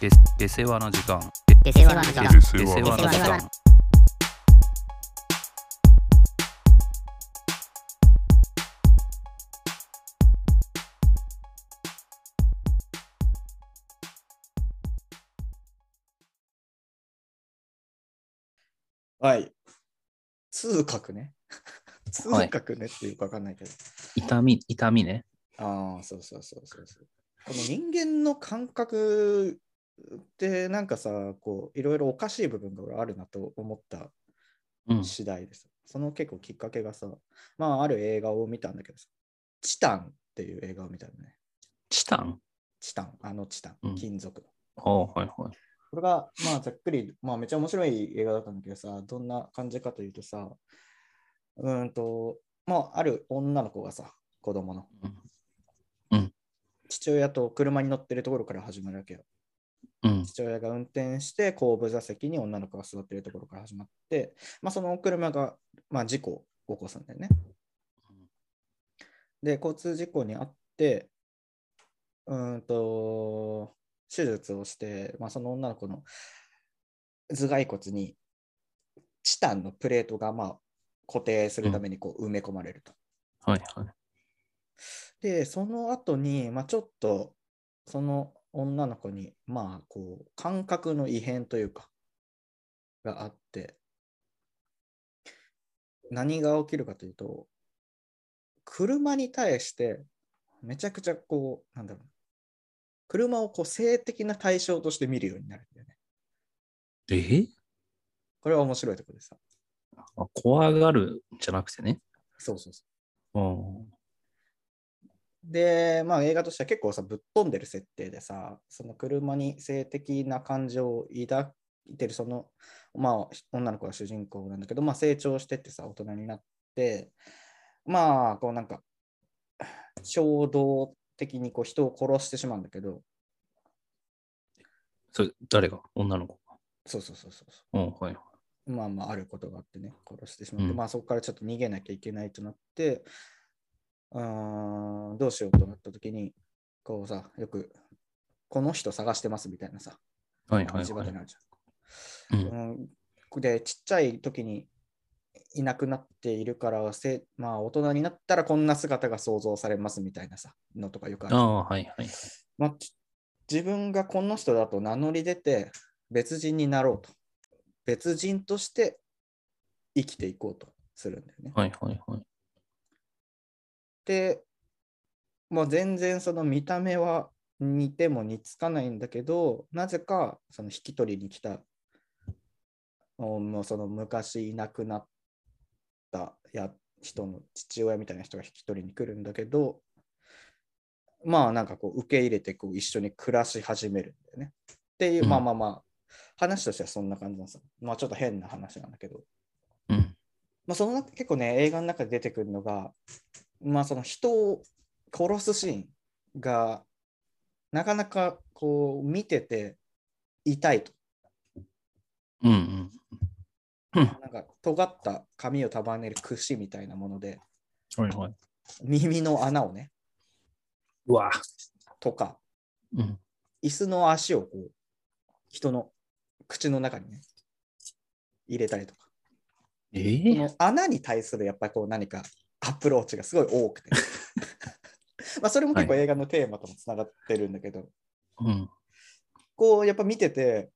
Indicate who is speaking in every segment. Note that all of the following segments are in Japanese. Speaker 1: で出世話の時間
Speaker 2: 出世話の時間
Speaker 3: で
Speaker 1: 出
Speaker 3: 世
Speaker 1: 世話の
Speaker 3: 話
Speaker 1: 時間
Speaker 4: はい。痛覚ね。 痛覚ねっていうかわかんないけど。
Speaker 1: 痛み痛みね
Speaker 4: ああ、そうそうそうそうそう。この人間の感覚ってなんかさ、こう、いろいろおかしい部分が俺あるなと思った
Speaker 1: うん
Speaker 4: 次第です。その結構きっかけがさ、まあ、ある映画を見たんだけどさ、チタンっていう映画を見たのね。
Speaker 1: チタン
Speaker 4: チタン、あのチタ
Speaker 1: う
Speaker 4: ン、
Speaker 1: ん
Speaker 4: 金属の。
Speaker 1: ああはいはい
Speaker 4: これが、まあ、ざっくり、まあ、めっちゃ面白い映画だったんだけどさ、どんな感じかというとさ、うーんと、まあ、ある女の子がさ、子供の
Speaker 1: うん。うん
Speaker 4: 父親と車に乗ってるところから始まるわけよ。
Speaker 1: うん
Speaker 4: 父親が運転して、後部座席に女の子が座ってるところから始まって、まあ、その車が、まあ、事故を起こすんだよね。で、交通事故にあって、うーんと、手術をして、まあ、その女の子の頭蓋骨にチタンのプレートがまあ固定するためにこう埋め込まれると。
Speaker 1: はいはい
Speaker 4: で、その後に、まあ、ちょっとその女の子に、まあ、こう感覚の異変というか、があって、何が起きるかというと、車に対して、めちゃくちゃこう、なんだろう、車をこう性的な対象として見るようになるんだよね。
Speaker 1: え
Speaker 4: これは面白いところでさ。
Speaker 1: あ怖がるんじゃなくてね
Speaker 4: そうそうそ
Speaker 1: うん
Speaker 4: う。で、まあ映画としては結構さ、ぶっ飛んでる設定でさ、その車に性的な感情を抱いてるその、まあ女の子が主人公なんだけど、まあ成長してってさ、大人になって、まあこうなんか、衝動的にこう人を殺してしまうんだけど、
Speaker 1: それ誰が女の子が
Speaker 4: そうそうそうそうそう。
Speaker 1: うんはいはい
Speaker 4: まあまああることがあってね、殺してしまって、
Speaker 1: うん
Speaker 4: まあそこからちょっと逃げなきゃいけないとなって、うーん、どうしようとなった時に、こうさ、よく、この人探してますみたいなさ、
Speaker 1: はい
Speaker 4: 道
Speaker 1: はい
Speaker 4: 端に
Speaker 1: は
Speaker 4: あ
Speaker 1: い
Speaker 4: るじ
Speaker 1: う
Speaker 4: ゃ
Speaker 1: ん
Speaker 4: ん。うん、で、ちっちゃい時にいなくなっているから、せまあ大人になったらこんな姿が想像されますみたいなさ、のとかよくある
Speaker 1: あ。あはいはい
Speaker 4: まあ、ち自分がこの人だと名乗り出て別人になろうと別人として生きていこうとするんだよね。
Speaker 1: はいはいはい
Speaker 4: で、まあ、全然その見た目は似ても似つかないんだけどなぜかその引き取りに来たおもうその昔いなくなったや人の父親みたいな人が引き取りに来るんだけどまあなんかこう受け入れてこう一緒に暮らし始めるんだよね。っていう、
Speaker 1: うん
Speaker 4: まあまあまあ話としてはそんな感じなんですよ。まあちょっと変な話なんだけど。
Speaker 1: うん
Speaker 4: まあ、その中結構ね映画の中で出てくるのが、まあ、その人を殺すシーンがなかなかこう見てて痛いと
Speaker 1: うんうん
Speaker 4: なんか尖った髪を束ねる櫛みたいなもので
Speaker 1: はいはい
Speaker 4: 耳の穴をね
Speaker 1: うわ
Speaker 4: とか
Speaker 1: うん
Speaker 4: 椅子の足をこう人の口の中にね入れたりとか
Speaker 1: え
Speaker 4: こ
Speaker 1: え
Speaker 4: の穴に対するやっぱりこう何かアプローチがすごい多くてまあそれも結構映画のテーマともつながってるんだけど、
Speaker 1: うん
Speaker 4: こうやっぱ見てて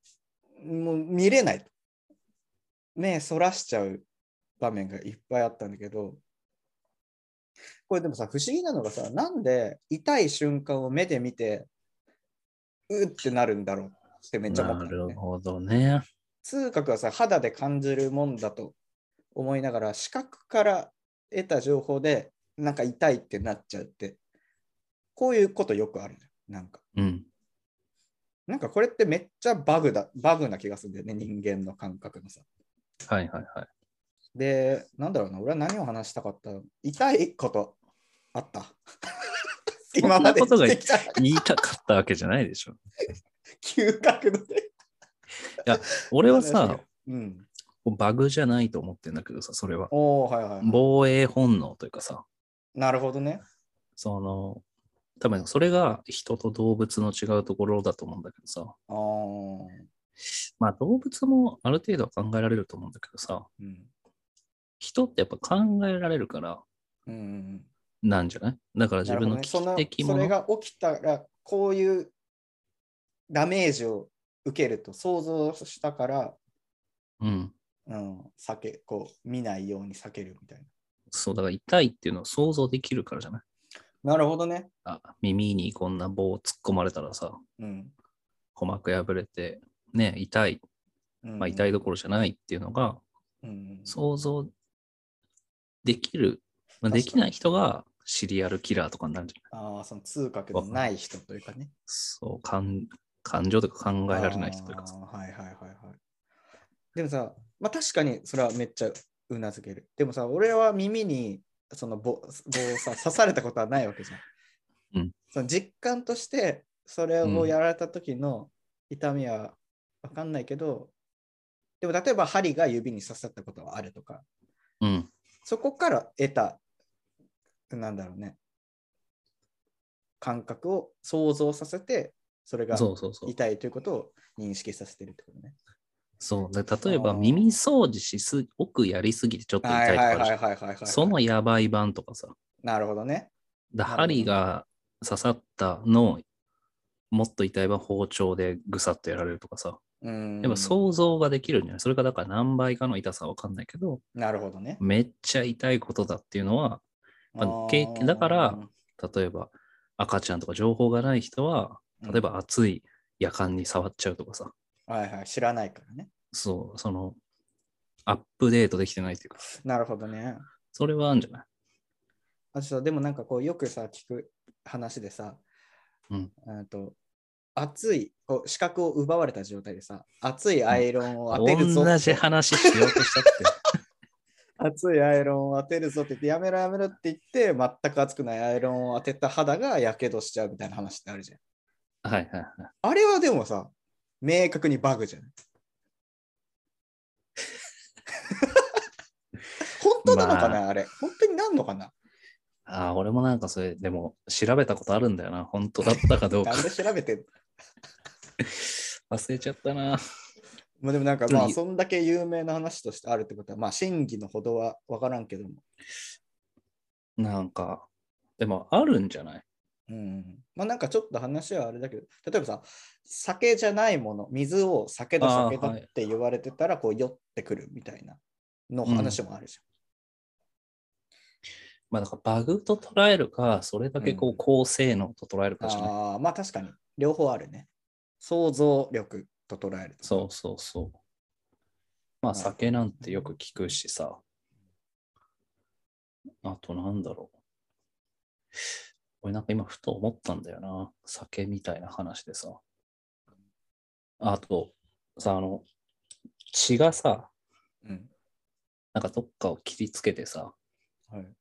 Speaker 4: もう見れない目そらしちゃう場面がいっぱいあったんだけどこれでもさ不思議なのがさなんで痛い瞬間を目で見てうってなるんだろうってめっちゃ思った
Speaker 1: な
Speaker 4: の
Speaker 1: る
Speaker 4: ね、
Speaker 1: ほどね
Speaker 4: 痛覚はさ肌で感じるもんだと思いながら視覚から得た情報でなんか痛いってなっちゃうってこういうことよくあるじゃんなんか
Speaker 1: うん
Speaker 4: なんかこれってめっちゃバグだ、バグな気がするんだよね、人間の感覚のさ。
Speaker 1: はいはいはい
Speaker 4: で、なんだろうな、俺は何を話したかったの痛いこと あった。
Speaker 1: んなことが
Speaker 4: 生きてきた
Speaker 1: 言いたかったわけじゃないでしょ
Speaker 4: 嗅覚のね。
Speaker 1: 俺は
Speaker 4: 話
Speaker 1: さ
Speaker 4: が、うん。
Speaker 1: バグじゃないと思ってんだけどさ、それは。
Speaker 4: おおはいはい。
Speaker 1: 防衛本能というかさ、
Speaker 4: なるほどね。
Speaker 1: その、多分それが人と動物の違うところだと思うんだけどさ。
Speaker 4: あー
Speaker 1: まあ動物もある程度は考えられると思うんだけどさ、
Speaker 4: うん。
Speaker 1: 人ってやっぱ考えられるから
Speaker 4: うんうん
Speaker 1: なんじゃないだから
Speaker 4: うん。
Speaker 1: 自
Speaker 4: なるほ
Speaker 1: 分
Speaker 4: ど
Speaker 1: の
Speaker 4: ね。
Speaker 1: 危
Speaker 4: そ
Speaker 1: 機的
Speaker 4: のそ
Speaker 1: も
Speaker 4: れ
Speaker 1: の、
Speaker 4: が起きたら、こういうダメージを受けると想像したから、
Speaker 1: うん。
Speaker 4: うん、避け、こう、見ないように避けるみたい
Speaker 1: そう、だから痛いっていうのを想像できるからじゃない
Speaker 4: な。なるほどね。
Speaker 1: あ耳にこんな棒を突っ込まれたらさ、
Speaker 4: うん。
Speaker 1: 鼓膜破れて、ね、痛い、
Speaker 4: うん
Speaker 1: まあ、痛いどころじゃないっていうのが
Speaker 4: うん、
Speaker 1: 想像できる、まあ、
Speaker 4: 確かに
Speaker 1: できない人がシリアルキラーとかになるんじゃない
Speaker 4: ああ、その痛覚のない人というかね。
Speaker 1: そう感感情とか考えられない人というかさ
Speaker 4: あーはいはいはいはい。でもさ、まあ確かにそれはめっちゃうなずける。でもさ、俺は耳にその棒棒をさ 刺されたことはないわけじゃん。
Speaker 1: うん
Speaker 4: その実感としてそれをやられた時の痛みはわかんないけど、でも例えば針が指に刺さったことはあるとか、
Speaker 1: うん
Speaker 4: そこから得た、なんだろうね、感覚を想像させて、それが
Speaker 1: そうそうそう
Speaker 4: 痛いということを認識させてるってことね。
Speaker 1: そうだ例えば
Speaker 4: あー
Speaker 1: 耳掃除しす奥やりすぎてちょっと痛いとかあるじゃん
Speaker 4: はいはい
Speaker 1: そのやばい版とかさ
Speaker 4: なるほどね。
Speaker 1: だ
Speaker 4: なるほど
Speaker 1: 針が刺さったのをもっと痛い版包丁でぐさっとやられるとかさ
Speaker 4: うん。
Speaker 1: やっぱ想像ができるんじゃないそれがだから何倍かの痛さはわかんないけど
Speaker 4: なるほどね。
Speaker 1: めっちゃ痛いことだっていうのはまあ
Speaker 4: ー
Speaker 1: 経験だから、例えば赤ちゃんとか情報がない人は
Speaker 4: うん
Speaker 1: 例え。ば熱い夜間に触っちゃうとかさ、
Speaker 4: はいはい、知らないからね。
Speaker 1: そう、その、アップデートできてないっていうか、
Speaker 4: なるほどね。
Speaker 1: それはあるんじゃない
Speaker 4: あとさ、でもなんかこう、よくさ、聞く話でさ、
Speaker 1: うん
Speaker 4: あと熱い、こう、視覚を奪われた状態でさ、熱いアイロンを当てるぞ。
Speaker 1: 同じ話しようとしたって。
Speaker 4: 熱いアイロンを当てるぞって言って、やめろやめろって言って、全く熱くないアイロンを当てた肌がやけどしちゃうみたいな話ってあるじゃん。
Speaker 1: はいはいはい。
Speaker 4: あれはでもさ、明確にバグ じゃん。本当なのかな、
Speaker 1: ま
Speaker 4: あ、れ。本当になんのかな
Speaker 1: ああ、俺もなんかそれ、でも調べたことあるんだよな。本当だったかどうか
Speaker 4: なんで調べてんの
Speaker 1: 忘れちゃったな。
Speaker 4: まあでもなんかま
Speaker 1: う
Speaker 4: あ
Speaker 1: ん
Speaker 4: そんだけ有名な話としてあるってことは、まあ真偽のほどは分からんけども。
Speaker 1: なんか、でもあるんじゃない
Speaker 4: うん。まあなんかちょっと話はあれだけど、例えばさ、酒じゃないもの、水を酒だ酒
Speaker 1: あ
Speaker 4: だ
Speaker 1: ー
Speaker 4: っ
Speaker 1: はい
Speaker 4: て言われてたら、こう酔ってくるみたいなの話もあるじ
Speaker 1: まあなんかバグと捉えるか、それだけこ
Speaker 4: う
Speaker 1: うん高性能と捉える
Speaker 4: ゃ
Speaker 1: か
Speaker 4: ん。
Speaker 1: じゃない。
Speaker 4: ああ、まあ確かに、両方あるね。想像力と捉えると。
Speaker 1: そうそうそう。まあ
Speaker 4: なるほど
Speaker 1: 酒なんてよく聞くしさ。あとなんだろう。俺なんか今ふと思ったんだよな。酒みたいな話でさ。あとさ、あの、血がさ、
Speaker 4: うん。
Speaker 1: なんかどっかを切りつけてさ、
Speaker 4: はい。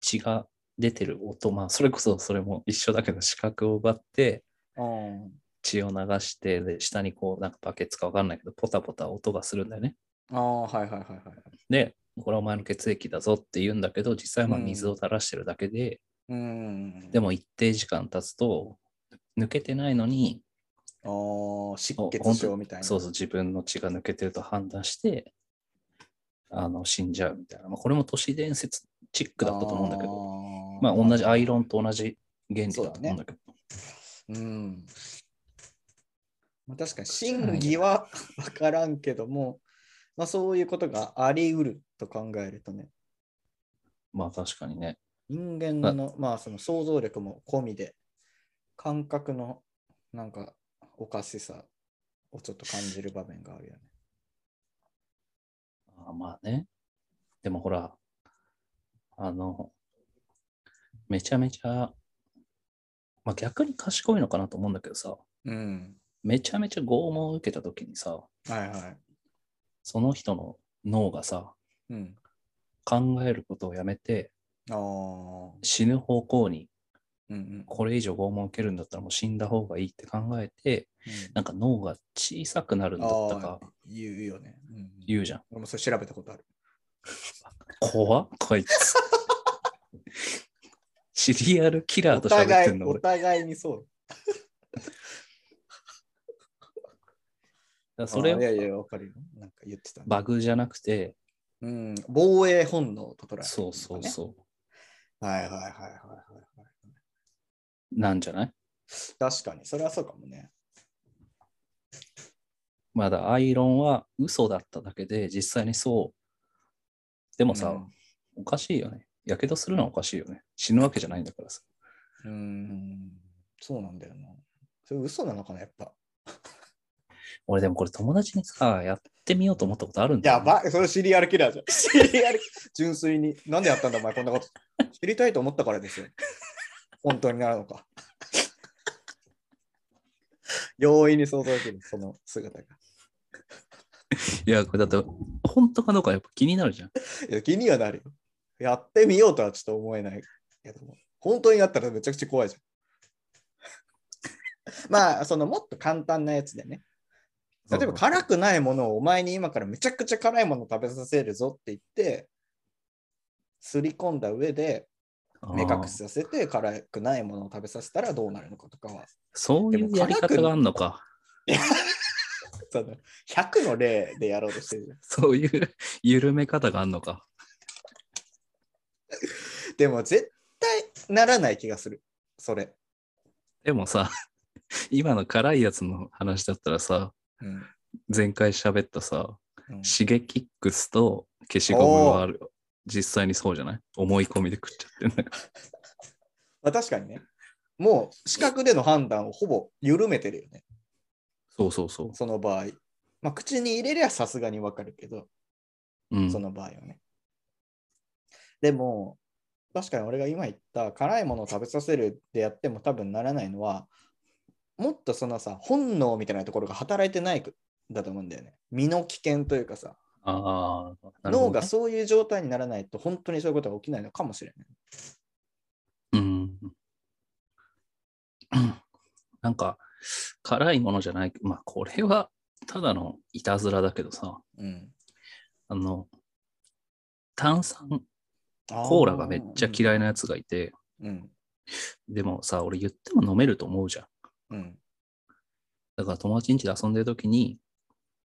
Speaker 1: 血が出てる音、まあそれこそそれも一緒だけど視覚を奪って
Speaker 4: うん
Speaker 1: 血を流して、で、下にこうなんかバケツかわかんないけど、ポタポタ音がするんだよね。
Speaker 4: ああ、はいはいはいはい。
Speaker 1: で、これはお前の血液だぞって言うんだけど、実際はまあ
Speaker 4: うん
Speaker 1: 水を垂らしてるだけで、
Speaker 4: うん。
Speaker 1: で
Speaker 4: も、
Speaker 1: も一定時間経つと、抜けてないのに、
Speaker 4: ああ、失血
Speaker 1: 本
Speaker 4: 症
Speaker 1: 当
Speaker 4: みたいな。
Speaker 1: そうそう、自分の血が抜けてると判断して、あの死んじゃうみたいな。まあ、これも都市伝説チックだったと思うんだけど、
Speaker 4: ど
Speaker 1: まあ同じアイロンと同じ原理だと思うんだけど、
Speaker 4: うん。まあ、確かに真偽は 分からんけども、まあそういうことがあり得ると考えるとね、
Speaker 1: まあ確かにね。
Speaker 4: 人間の、まあその想像力も込みで、感覚のなんかおかしさをちょっと感じる場面があるよね。
Speaker 1: あーまあね。でもほら、あの、めちゃめちゃ、まあ逆に賢いのかなと思うんだけどさ、
Speaker 4: うん。
Speaker 1: めちゃめちゃ拷問を受けた時にさ、
Speaker 4: はいはい。
Speaker 1: その人の脳がさ、
Speaker 4: うん。
Speaker 1: 考えることをやめて、
Speaker 4: ああ。う
Speaker 1: 死ぬ方向に、
Speaker 4: んうん。
Speaker 1: これ以上拷問を受けるんだったらもう死んだ方がいいって考えて、
Speaker 4: うん
Speaker 1: なんか脳が小さくなるんだったか
Speaker 4: あー言うよね。うん、
Speaker 1: 言うじゃん。
Speaker 4: 俺もそれ調べたことある。
Speaker 1: 怖っこいつ。シリアルキラー
Speaker 4: お
Speaker 1: と喋っ
Speaker 4: 互
Speaker 1: て
Speaker 4: い
Speaker 1: ん、の
Speaker 4: お
Speaker 1: 俺。
Speaker 4: 互いにそう。
Speaker 1: だからそれ
Speaker 4: あいやい
Speaker 1: は
Speaker 4: や、わかるよ。なんか言ってたね、
Speaker 1: バグじゃなくて、
Speaker 4: うん、防衛本能と捉えてるのかね
Speaker 1: そうそうそ
Speaker 4: はいはいはいはいはいはい。
Speaker 1: う。なんじゃない
Speaker 4: 確かに、それはそうかもね。
Speaker 1: まだアイロンは嘘だっただけで、実際にそう。でもさ、
Speaker 4: うん
Speaker 1: おかしいよね。やけどするのはおかしいよね。死ぬわけじゃないんだからさ。
Speaker 4: うーん、そうなんだよな。それ嘘なのかな、やっぱ。
Speaker 1: 俺でもこれ友達にさ、やってみようと思ったことあるんだ
Speaker 4: や
Speaker 1: よね、
Speaker 4: ばい、それシリアルキラーじゃん。 シリアル純粋に。なんでやったんだ、お前、こんなこと。知りたいと思ったからですよ。本当になるのか。容易に想像できる、その姿が。
Speaker 1: いや、これだって、本当かどうかやっぱ気になるじゃん。
Speaker 4: いや、気にはなるよ。やってみようとはちょっと思えないけども。本当になったらめちゃくちゃ怖いじゃん。 まあ、そのもっと簡単なやつでね。例えば辛くないものをお前に今からめちゃくちゃ辛いものを食べさせるぞって言って、すり込んだ上で目隠し
Speaker 1: あー
Speaker 4: させて辛くないものを食べさせたらどうなるのかとかは、
Speaker 1: そういうやり
Speaker 4: でも
Speaker 1: 方
Speaker 4: 辛く
Speaker 1: があんのか。
Speaker 4: その100の例でやろうとしてるじゃ
Speaker 1: そういう緩め方があんのか。
Speaker 4: ん。 でも絶対ならない気がする。それ。
Speaker 1: でもさ、 今の辛いやつの話だったらさ、
Speaker 4: うん
Speaker 1: 前回喋ったさ、
Speaker 4: うん
Speaker 1: シゲキックスと消しゴムはあるよ。実際にそうじゃない思い込みで食っちゃってんだから。
Speaker 4: まあ、確かにね。もう視覚での判断をほぼ緩めてるよね。
Speaker 1: そうそうそ
Speaker 4: その場合。まあ、口に入れりゃさすがにわかるけど。
Speaker 1: う。うん
Speaker 4: その場合はね。でも、確かに俺が今言った辛いものを食べさせるでやっても多分ならないのは、もっとそのさ、本能みたいなところが働いてないくだと思うんだよね。身の危険というかさ、
Speaker 1: ああ、なるほ
Speaker 4: 脳
Speaker 1: どね
Speaker 4: がそういう状態にならないと本当にそういうことが起きないのかもしれない。
Speaker 1: うん。なんか、辛いものじゃない、まあ、これはただのいたずらだけどさ、
Speaker 4: うん、
Speaker 1: あの、炭酸、コーラがめっちゃ
Speaker 4: い。
Speaker 1: 嫌いなやつがいて、
Speaker 4: うん。
Speaker 1: でもさ、俺言っても飲めると思うじゃん。
Speaker 4: うん。
Speaker 1: だから友達ん家で遊んでる時に、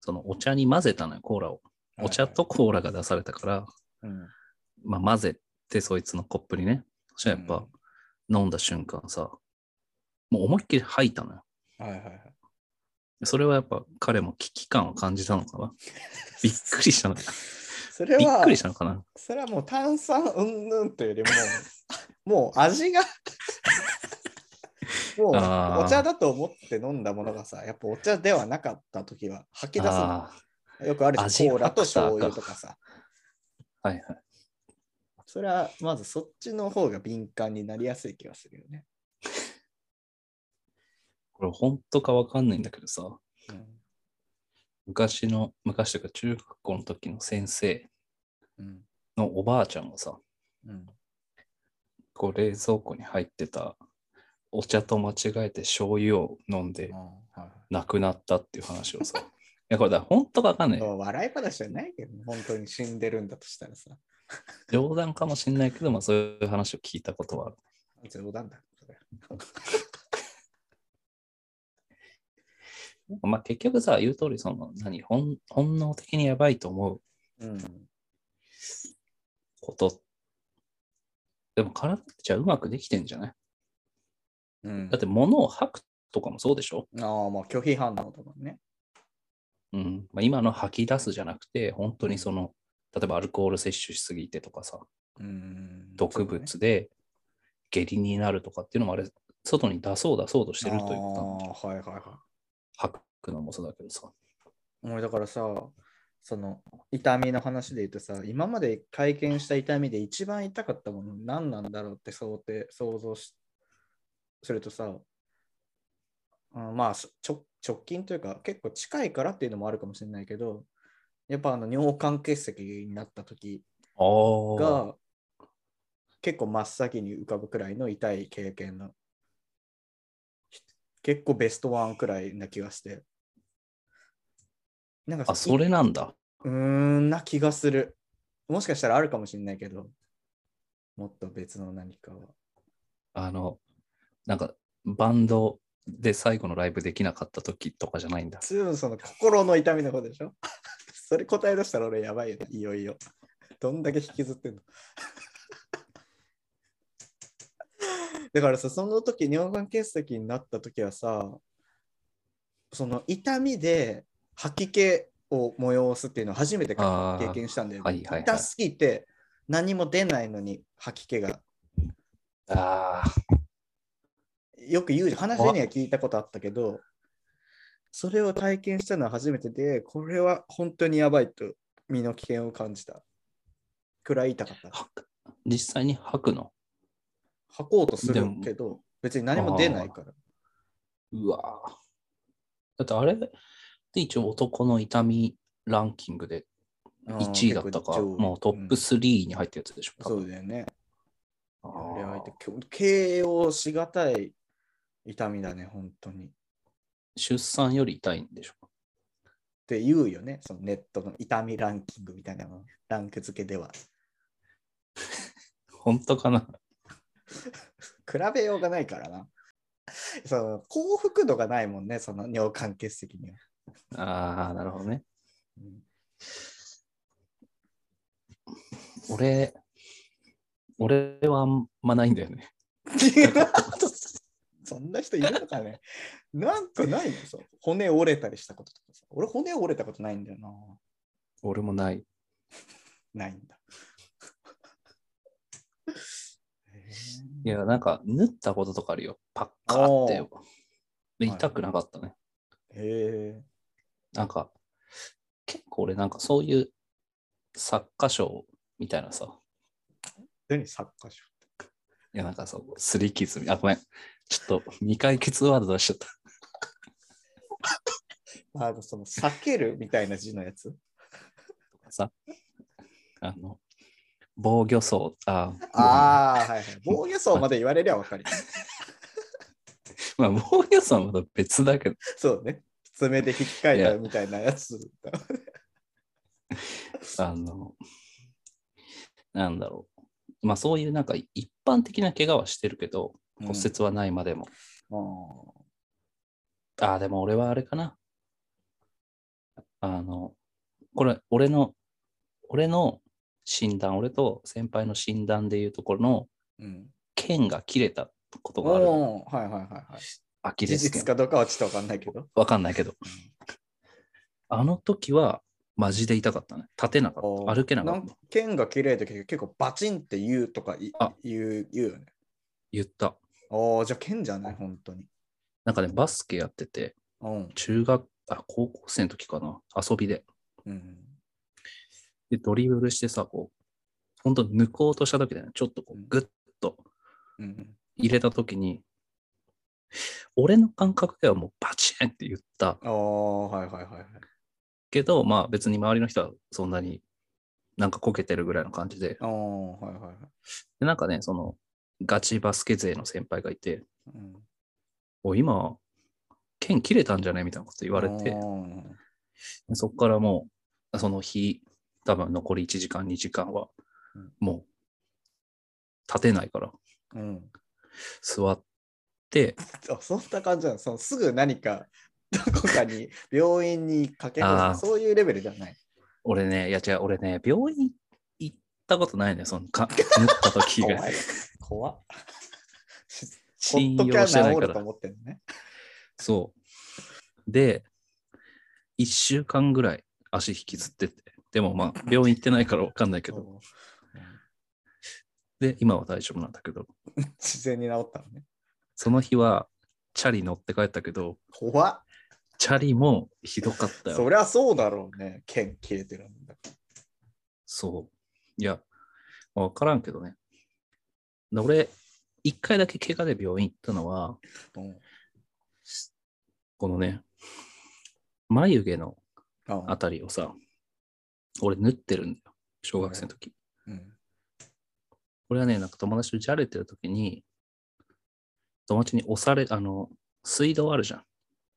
Speaker 1: そのお茶に混ぜたのよ、コーラを。お茶とコーラが出されたから、
Speaker 4: はいはい、
Speaker 1: まあ、混ぜて、そいつのコップにね。そしたらやっ
Speaker 4: うん
Speaker 1: ぱ、飲んだ瞬間さ、もう思いっきり吐いたのよ。
Speaker 4: うん。はいはいはい。
Speaker 1: それはやっぱ彼も危機感を感じたのか な。びっくりしたのかな。
Speaker 4: それ
Speaker 1: びっ
Speaker 4: は
Speaker 1: く、りしたのかな。
Speaker 4: それはもう炭酸うんぬんというよりも、もう味 が、もう
Speaker 1: あー
Speaker 4: お茶だと思って飲んだものがさ、やっぱお茶ではなかったときは吐き出すの
Speaker 1: あ
Speaker 4: よくあるし、
Speaker 1: 味
Speaker 4: コーラと
Speaker 1: ファクター
Speaker 4: 醤
Speaker 1: か
Speaker 4: 油とかさ、
Speaker 1: あ、はいはい。
Speaker 4: それはまずそっちの方が敏感になりやすい気がするよね。
Speaker 1: これ本当かわかんないんだけどさ、
Speaker 4: うん
Speaker 1: 昔の、昔というか中学校の時の先生
Speaker 4: うん
Speaker 1: のおばあちゃんがさ、
Speaker 4: うん、
Speaker 1: こう冷蔵庫に入ってたお茶と間違えて醤油を飲んで
Speaker 4: あーはい
Speaker 1: 亡くなったっていう話を さ、いやこれだ、本当かわかんない。
Speaker 4: もう笑い話じゃないけどね、本当に死んでるんだとしたらさ、
Speaker 1: 冗談かもしんないけど、まあそういう話を聞いたことはある。
Speaker 4: 冗談だ。それ
Speaker 1: まあ結局さ、言う通り、その、何、本本能的にやばいと思う
Speaker 4: うん
Speaker 1: こと。でも体ってじゃあうまくできてんじゃない
Speaker 4: うん、
Speaker 1: だって物を吐くとかもそうでしょ
Speaker 4: ああ、まあ拒否反応とかね。
Speaker 1: うん。まあ、今の吐き出すじゃなくて、本当にその、例えばアルコール摂取しすぎてとかさ、
Speaker 4: うん
Speaker 1: 毒物で下痢になるとかっていうのもあれ、外に出そう出そうとしてるというか、
Speaker 4: ああ、はいはいはい。
Speaker 1: 吐くのもそうだけどさ。
Speaker 4: 俺だからさ、その痛みの話で言うとさ、今まで体験した痛みで一番痛かったもの何なんだろうって想定、想像し、するとさ、うんまあそ直直近というか結構近いからっていうのもあるかもしれないけど、やっぱあの尿管結石になった時
Speaker 1: ああ。
Speaker 4: が結構真っ先に浮かぶくらいの痛い経験の結構ベストワンくらいな気がしてなんか
Speaker 1: あ、それなんだ。
Speaker 4: うーんな気がするもしかしたらあるかもしれないけどもっと別の何かは
Speaker 1: あの、なんか、バンドで最後のライブできなかった時とかじゃないんだ。
Speaker 4: 全部その心の痛みのことでしょ それ答え出したら俺やばいよね、いよいよ。どんだけ引きずってんの だからさ、その時、尿管結石になった時はさ、その痛みで吐き気を催すっていうのを初めて
Speaker 1: あー
Speaker 4: 経験したんだよ。
Speaker 1: はいはいはい
Speaker 4: 痛すぎて何も出ないのに吐き気が。
Speaker 1: ああ、
Speaker 4: よく言うじゃん話には聞いたことあったけど、それを体験したのは初めてで、これは本当にやばいと身の危険を感じた。くらい痛かった。
Speaker 1: 吐く実際に吐くの。
Speaker 4: 吐こうとす
Speaker 1: で
Speaker 4: る
Speaker 1: も
Speaker 4: けど、別に何も出ないから。
Speaker 1: うわーだってあれで一応男の痛みランキングで
Speaker 4: あー
Speaker 1: 1位だったから、
Speaker 4: 結構上位
Speaker 1: もうトップ3に入ってるやつでしょ。多
Speaker 4: そ
Speaker 1: 分
Speaker 4: うだよね。
Speaker 1: あ
Speaker 4: あれは
Speaker 1: ー
Speaker 4: 痛い形容しがたい痛みだね、本当に。っ
Speaker 1: 出産より痛いんでしょ。
Speaker 4: て言うよね、そのネットの痛みランキングみたいなのランク付けでは。
Speaker 1: 本当かな
Speaker 4: 比べようがないからな。その幸福度がないもんね、その尿管結石には。
Speaker 1: ああ、なるほどね。
Speaker 4: うん
Speaker 1: 俺、俺はあんまないんだよね。
Speaker 4: そんな人いるのかねなんかないのそう骨折れたりしたこととかさ。俺骨折れたことないんだよ
Speaker 1: 俺もない。
Speaker 4: な。ないんだ。へ
Speaker 1: い
Speaker 4: え
Speaker 1: や、なんか、縫ったこととかあるよ。パッカーってよ。で
Speaker 4: はい
Speaker 1: 痛くなかったね。
Speaker 4: へえ
Speaker 1: なんか、結構俺、なんかそういう作家賞みたいなさ、
Speaker 4: 何サッカーし
Speaker 1: いや、なんかそう、すり傷み、あ、ごめん。ちょっと未解決ワード出しちゃった。
Speaker 4: あのその避けるみたいな字のやつ。
Speaker 1: さ、あの、防御層、あ、
Speaker 4: ああ、はいはい。 防御層まで言われりゃわかる。
Speaker 1: まあ、防御層はまた別だけど、
Speaker 4: そうね。爪で引っかいたみたいなやつ。
Speaker 1: あの、なんだろう。まあ、そういうなんか一般的な怪我はしてるけど、
Speaker 4: うん
Speaker 1: 骨折はないまでも。
Speaker 4: うん
Speaker 1: ああ、でも俺はあれかな。あの、これ、俺の、俺の診断、俺と先輩の診断でいうところの、
Speaker 4: うん。
Speaker 1: 剣が切れたことがある。
Speaker 4: おーはいはいはいはい。
Speaker 1: アキレ
Speaker 4: 事
Speaker 1: ス
Speaker 4: 実
Speaker 1: 腱。
Speaker 4: かどうかはちょっとわかんないけど。
Speaker 1: わかんないけど。あの時は、マジで痛かったね。立てなかっ
Speaker 4: あ
Speaker 1: た。
Speaker 4: ー
Speaker 1: 歩けなか
Speaker 4: な
Speaker 1: っ
Speaker 4: ん
Speaker 1: た。
Speaker 4: 剣が綺麗だけど結構バチンって言うとかい
Speaker 1: あ
Speaker 4: 言う言うよね。
Speaker 1: 言った。
Speaker 4: ああ、じゃあ剣じゃない、本当に。
Speaker 1: なんかね、バスケやってて、
Speaker 4: うん。
Speaker 1: 中学、あ、高校生の時かな。遊びで。
Speaker 4: うん、
Speaker 1: で、ドリブルしてさ、こう、本当抜こうとした時だよね。ちょっとこう、グッと
Speaker 4: うん。
Speaker 1: 入れた時に、俺の感覚ではもうバチンって言った
Speaker 4: ああ、はいはいはいはい。
Speaker 1: けど、まあ別に周りの人はそんなになんかこけてるぐらいの感じで、
Speaker 4: ああ、はいはいはい。
Speaker 1: でなんかね、そのガチバスケ勢の先輩がいて、
Speaker 4: うん、
Speaker 1: おい今、剣切れたんじゃねみたいなこと言われて
Speaker 4: あ、ー
Speaker 1: でそこからもう、その日、多分残り1時間、2時間は
Speaker 4: うん、
Speaker 1: もう、立てないから、
Speaker 4: うん。
Speaker 1: 座って、
Speaker 4: あそんな感じなのそのすぐ何か、 どこかに、病院にかけ
Speaker 1: あー
Speaker 4: そういうレベルじゃない。
Speaker 1: 俺ね、いや違う、俺ね、病院行ったことないね、その か、縫った時
Speaker 4: 怖
Speaker 1: が
Speaker 4: い。。怖っ。ほ
Speaker 1: 信
Speaker 4: っとき
Speaker 1: 用
Speaker 4: ゃ
Speaker 1: してない
Speaker 4: 治
Speaker 1: か
Speaker 4: ると
Speaker 1: ら。
Speaker 4: 思ってるね。
Speaker 1: そう。で、1週間ぐらい足引きずってて、でも まあ、病院行ってないから分かんないけど、
Speaker 4: うん
Speaker 1: で、今は大丈夫なんだけど、
Speaker 4: 自然に治ったのね。
Speaker 1: その日は、チャリ乗って帰ったけど、
Speaker 4: 怖っ。
Speaker 1: チャリもひどかった
Speaker 4: そ
Speaker 1: よ。
Speaker 4: りゃそうだろうね。剣切れてるんだ。
Speaker 1: そう。いや、分からんけどね。で俺、一回だけ怪我で病院行ったのは、
Speaker 4: うん
Speaker 1: このね、眉毛の
Speaker 4: あ
Speaker 1: あたりをさ、俺縫ってるんだよ。小学生の時。
Speaker 4: うん
Speaker 1: 俺はね、なんか友達とじゃれてる時に、友達に押され、あの、水道あるじゃん。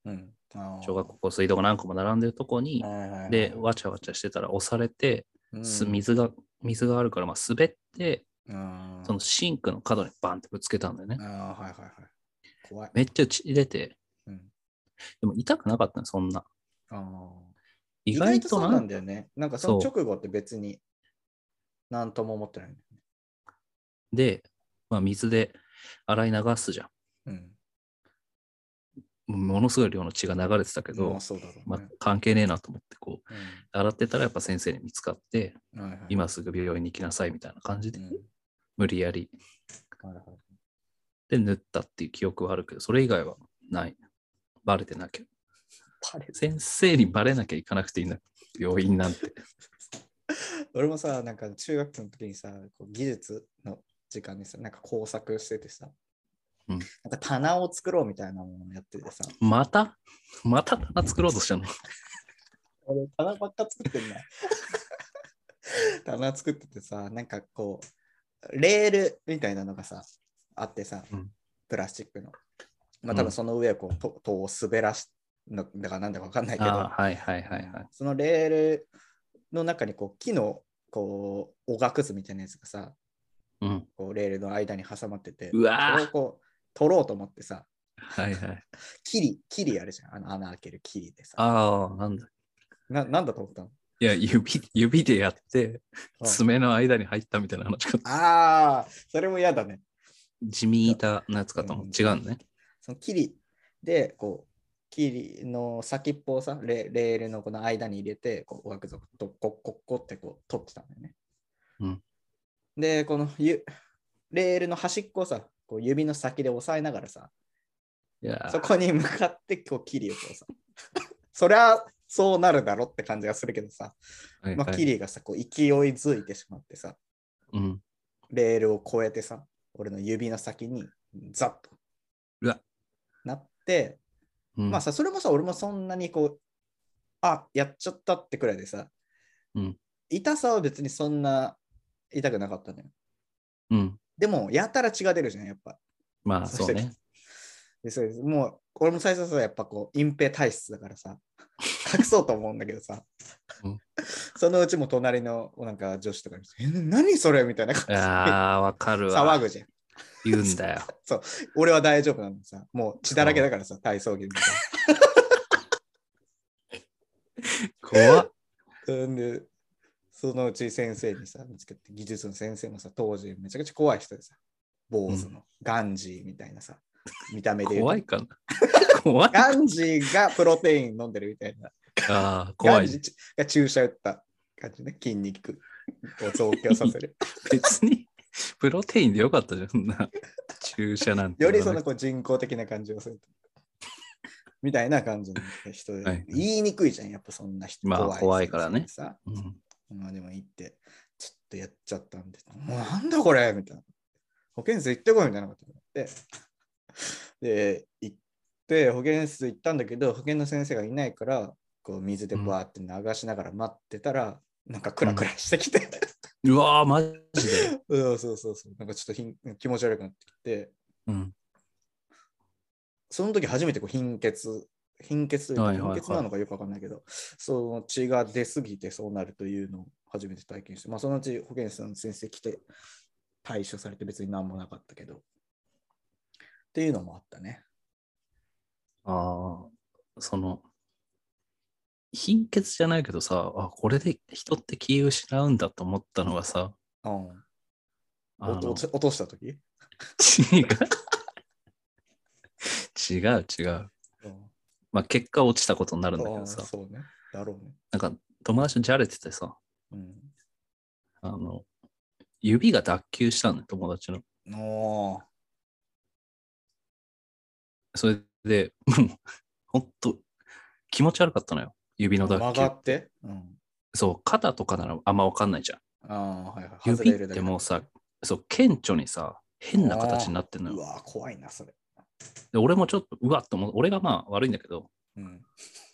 Speaker 4: うん。ああ
Speaker 1: 小学校水道が何個も並んでるとこに、
Speaker 4: はいはいはい
Speaker 1: で、わちゃわちゃしてたら押されて、
Speaker 4: うん
Speaker 1: す水が、水があるから、まあ、滑って、
Speaker 4: あー
Speaker 1: そのシンクの角にバンってぶつけたんだよね。
Speaker 4: あー、はいはいはい。怖い。
Speaker 1: めっちゃ血出て、
Speaker 4: うん、
Speaker 1: でも痛くなかったの、そんな。
Speaker 4: あー
Speaker 1: 意
Speaker 4: 意外
Speaker 1: 外と
Speaker 4: とそう
Speaker 1: な
Speaker 4: なんだよね。なんかその
Speaker 1: そう
Speaker 4: 直後って別に何とも思ってないんだよね。
Speaker 1: で、まあ、水で洗い流すじゃ
Speaker 4: うん。
Speaker 1: ん。ものすごい量の血が流れてたけど、
Speaker 4: まあそうだろうね。
Speaker 1: まあ、関係ねえなと思って、こう、洗ってたらやっぱ先生に見つかって、
Speaker 4: うんはいはい、
Speaker 1: 今すぐ病院に行きなさいみたいな感じ
Speaker 4: う
Speaker 1: で
Speaker 4: ん、、
Speaker 1: 無理やり。
Speaker 4: はいはい
Speaker 1: で、縫ったっていう記憶はあるけど、それ以外はない。バレてなきゃ。先生にバレなきゃいかなくていいんだ。病院なんて。
Speaker 4: 俺もさ、なんか中学生の時にさ、こう技術の時間にさ、なんか工作しててさ、
Speaker 1: うん
Speaker 4: なんか棚を作ろうみたいなものをやっててさ、
Speaker 1: またまた棚作ろうとしたの
Speaker 4: 俺棚ばっか作ってんな。 棚作っててさ、なんかこう、レールみたいなのがさ、あってさ、
Speaker 1: うん
Speaker 4: プラスチックの。まあ
Speaker 1: うん
Speaker 4: 多分その上をこう、と塔を滑らし、のだからなんだかわかんないけど、
Speaker 1: あーはいはいはいはい。
Speaker 4: そのレールの中にこう木のこうおがくずみたいなやつがさ
Speaker 1: うん。
Speaker 4: こうレールの間に挟まってて
Speaker 1: うわ
Speaker 4: それを
Speaker 1: ー
Speaker 4: こう取ろうと思ってさ
Speaker 1: はいはい。
Speaker 4: キリキリあるじゃんあの穴開けるキリでさ
Speaker 1: ああ、なんだ。
Speaker 4: ななんだと思ったの
Speaker 1: いや、指、指でやって、
Speaker 4: うん
Speaker 1: 爪の間に入ったみたいな話かと。
Speaker 4: ああそれも嫌だね
Speaker 1: 地味なやつかと思う。違うのね。
Speaker 4: そのキリでこうキリの先っぽをさレレールのこの間に入れてこうおがくずをとこっこっこってこう取ってたんだよね、
Speaker 1: うん
Speaker 4: でこのゆレールの端っこをさこう指の先で押さえながらさ
Speaker 1: いや
Speaker 4: そこに向かってこうキリをこうさ。 そりゃそうなるだろって感じがするけどさ、
Speaker 1: ー、はい
Speaker 4: まあ、
Speaker 1: はい
Speaker 4: キリがさ、こう勢いづいてしまってさ、
Speaker 1: うん。
Speaker 4: レールを越えてさ、俺の指の先にザッと
Speaker 1: うわ
Speaker 4: なって、
Speaker 1: うん
Speaker 4: まあさ、それもさ、俺もそんなにこう、あやっちゃったってくらいでさ、
Speaker 1: うん
Speaker 4: 痛さは別にそんな痛くなかったのよ。
Speaker 1: うん。
Speaker 4: でも、やたら血が出るじゃん、やっぱ。
Speaker 1: まあ、そうね。
Speaker 4: でそうですもう、俺も最初さ、やっぱこう、隠蔽体質だから さ、隠そうと思うんだけどさ、
Speaker 1: うん
Speaker 4: そのうちも隣のなんか女子とかに、え、何それみたいな感
Speaker 1: ああ、わかる
Speaker 4: じで
Speaker 1: わ。
Speaker 4: 騒ぐじゃん。
Speaker 1: 言うんだ よ。
Speaker 4: 俺は大丈夫なのにさ、もう血だらけだからさ、体操着でさ。
Speaker 1: 怖っ。
Speaker 4: そんで、そのうち先生にさ、見つけて、技術の先生もさ、当時めちゃくちゃ怖い人でさ、坊主の、ガンジーみたいなさ、見た目で言うと
Speaker 1: 怖い かな。怖い。あ
Speaker 4: ガンジーがプロテイン飲んでるみたいな。
Speaker 1: あー、怖
Speaker 4: ガンジ
Speaker 1: い。
Speaker 4: ーが注射打った感じね、筋肉を増強させ る。
Speaker 1: 別に、プロテインでよかったじゃん、 そんな。注射なんて。
Speaker 4: よりそのこう人工的な感じをすると。みたいな感じの人で、
Speaker 1: はい
Speaker 4: 言いにくいじゃん、やっぱそんな人。
Speaker 1: まあ怖い
Speaker 4: 先
Speaker 1: か
Speaker 4: 生
Speaker 1: らね
Speaker 4: さ
Speaker 1: うん
Speaker 4: まあでも行って、ちょっとやっちゃったんで、もうなんだこれみたいな。保健室行ってこいみたいなこと言って。で、行って、保健室行ったんだけど、保健の先生がいないから、こう水でバーって流しながら待ってたら、なんかクラクラしてきて、
Speaker 1: うわー、マジで。
Speaker 4: うん、そうそうそう、なんかちょっとひん気持ち悪くなってきて、
Speaker 1: うん。
Speaker 4: その時初めてこう貧血、貧血というか
Speaker 1: はいはいはい
Speaker 4: 貧血なのかよくわかんないけど、その血が出すぎてそうなるというのを初めて体験して、まあ、そのうち保健師さんの先生来て対処されて別に何もなかったけど。っていうのもあったね。
Speaker 1: ああ、その、貧血じゃないけどさ、あ、これで人って気を失うんだと思ったのがさ、
Speaker 4: うん、
Speaker 1: あ
Speaker 4: おと
Speaker 1: の
Speaker 4: 落と落とした時、
Speaker 1: 違う。違う違う。
Speaker 4: うん、
Speaker 1: まあ結果落ちたことになるんだけ
Speaker 4: あ
Speaker 1: ど
Speaker 4: あ
Speaker 1: さ、
Speaker 4: そうね。だろうね。
Speaker 1: なんか友達とじゃれててさ、
Speaker 4: うん
Speaker 1: あの、指が脱臼したのよ、友達の。
Speaker 4: おー
Speaker 1: それで、もう、ほんと、気持ち悪かったのよ、指の脱臼。
Speaker 4: 曲がって、うん、
Speaker 1: そう、肩とかならあんまわかんないじゃん。
Speaker 4: ああ、はいはい。
Speaker 1: 指ってもうさ、そう、顕著にさ、変な形になってんの
Speaker 4: う
Speaker 1: よ。
Speaker 4: わー、怖いな、それ。
Speaker 1: で俺もちょっと、うわっと思う。俺がまあ悪いんだけど、
Speaker 4: うん、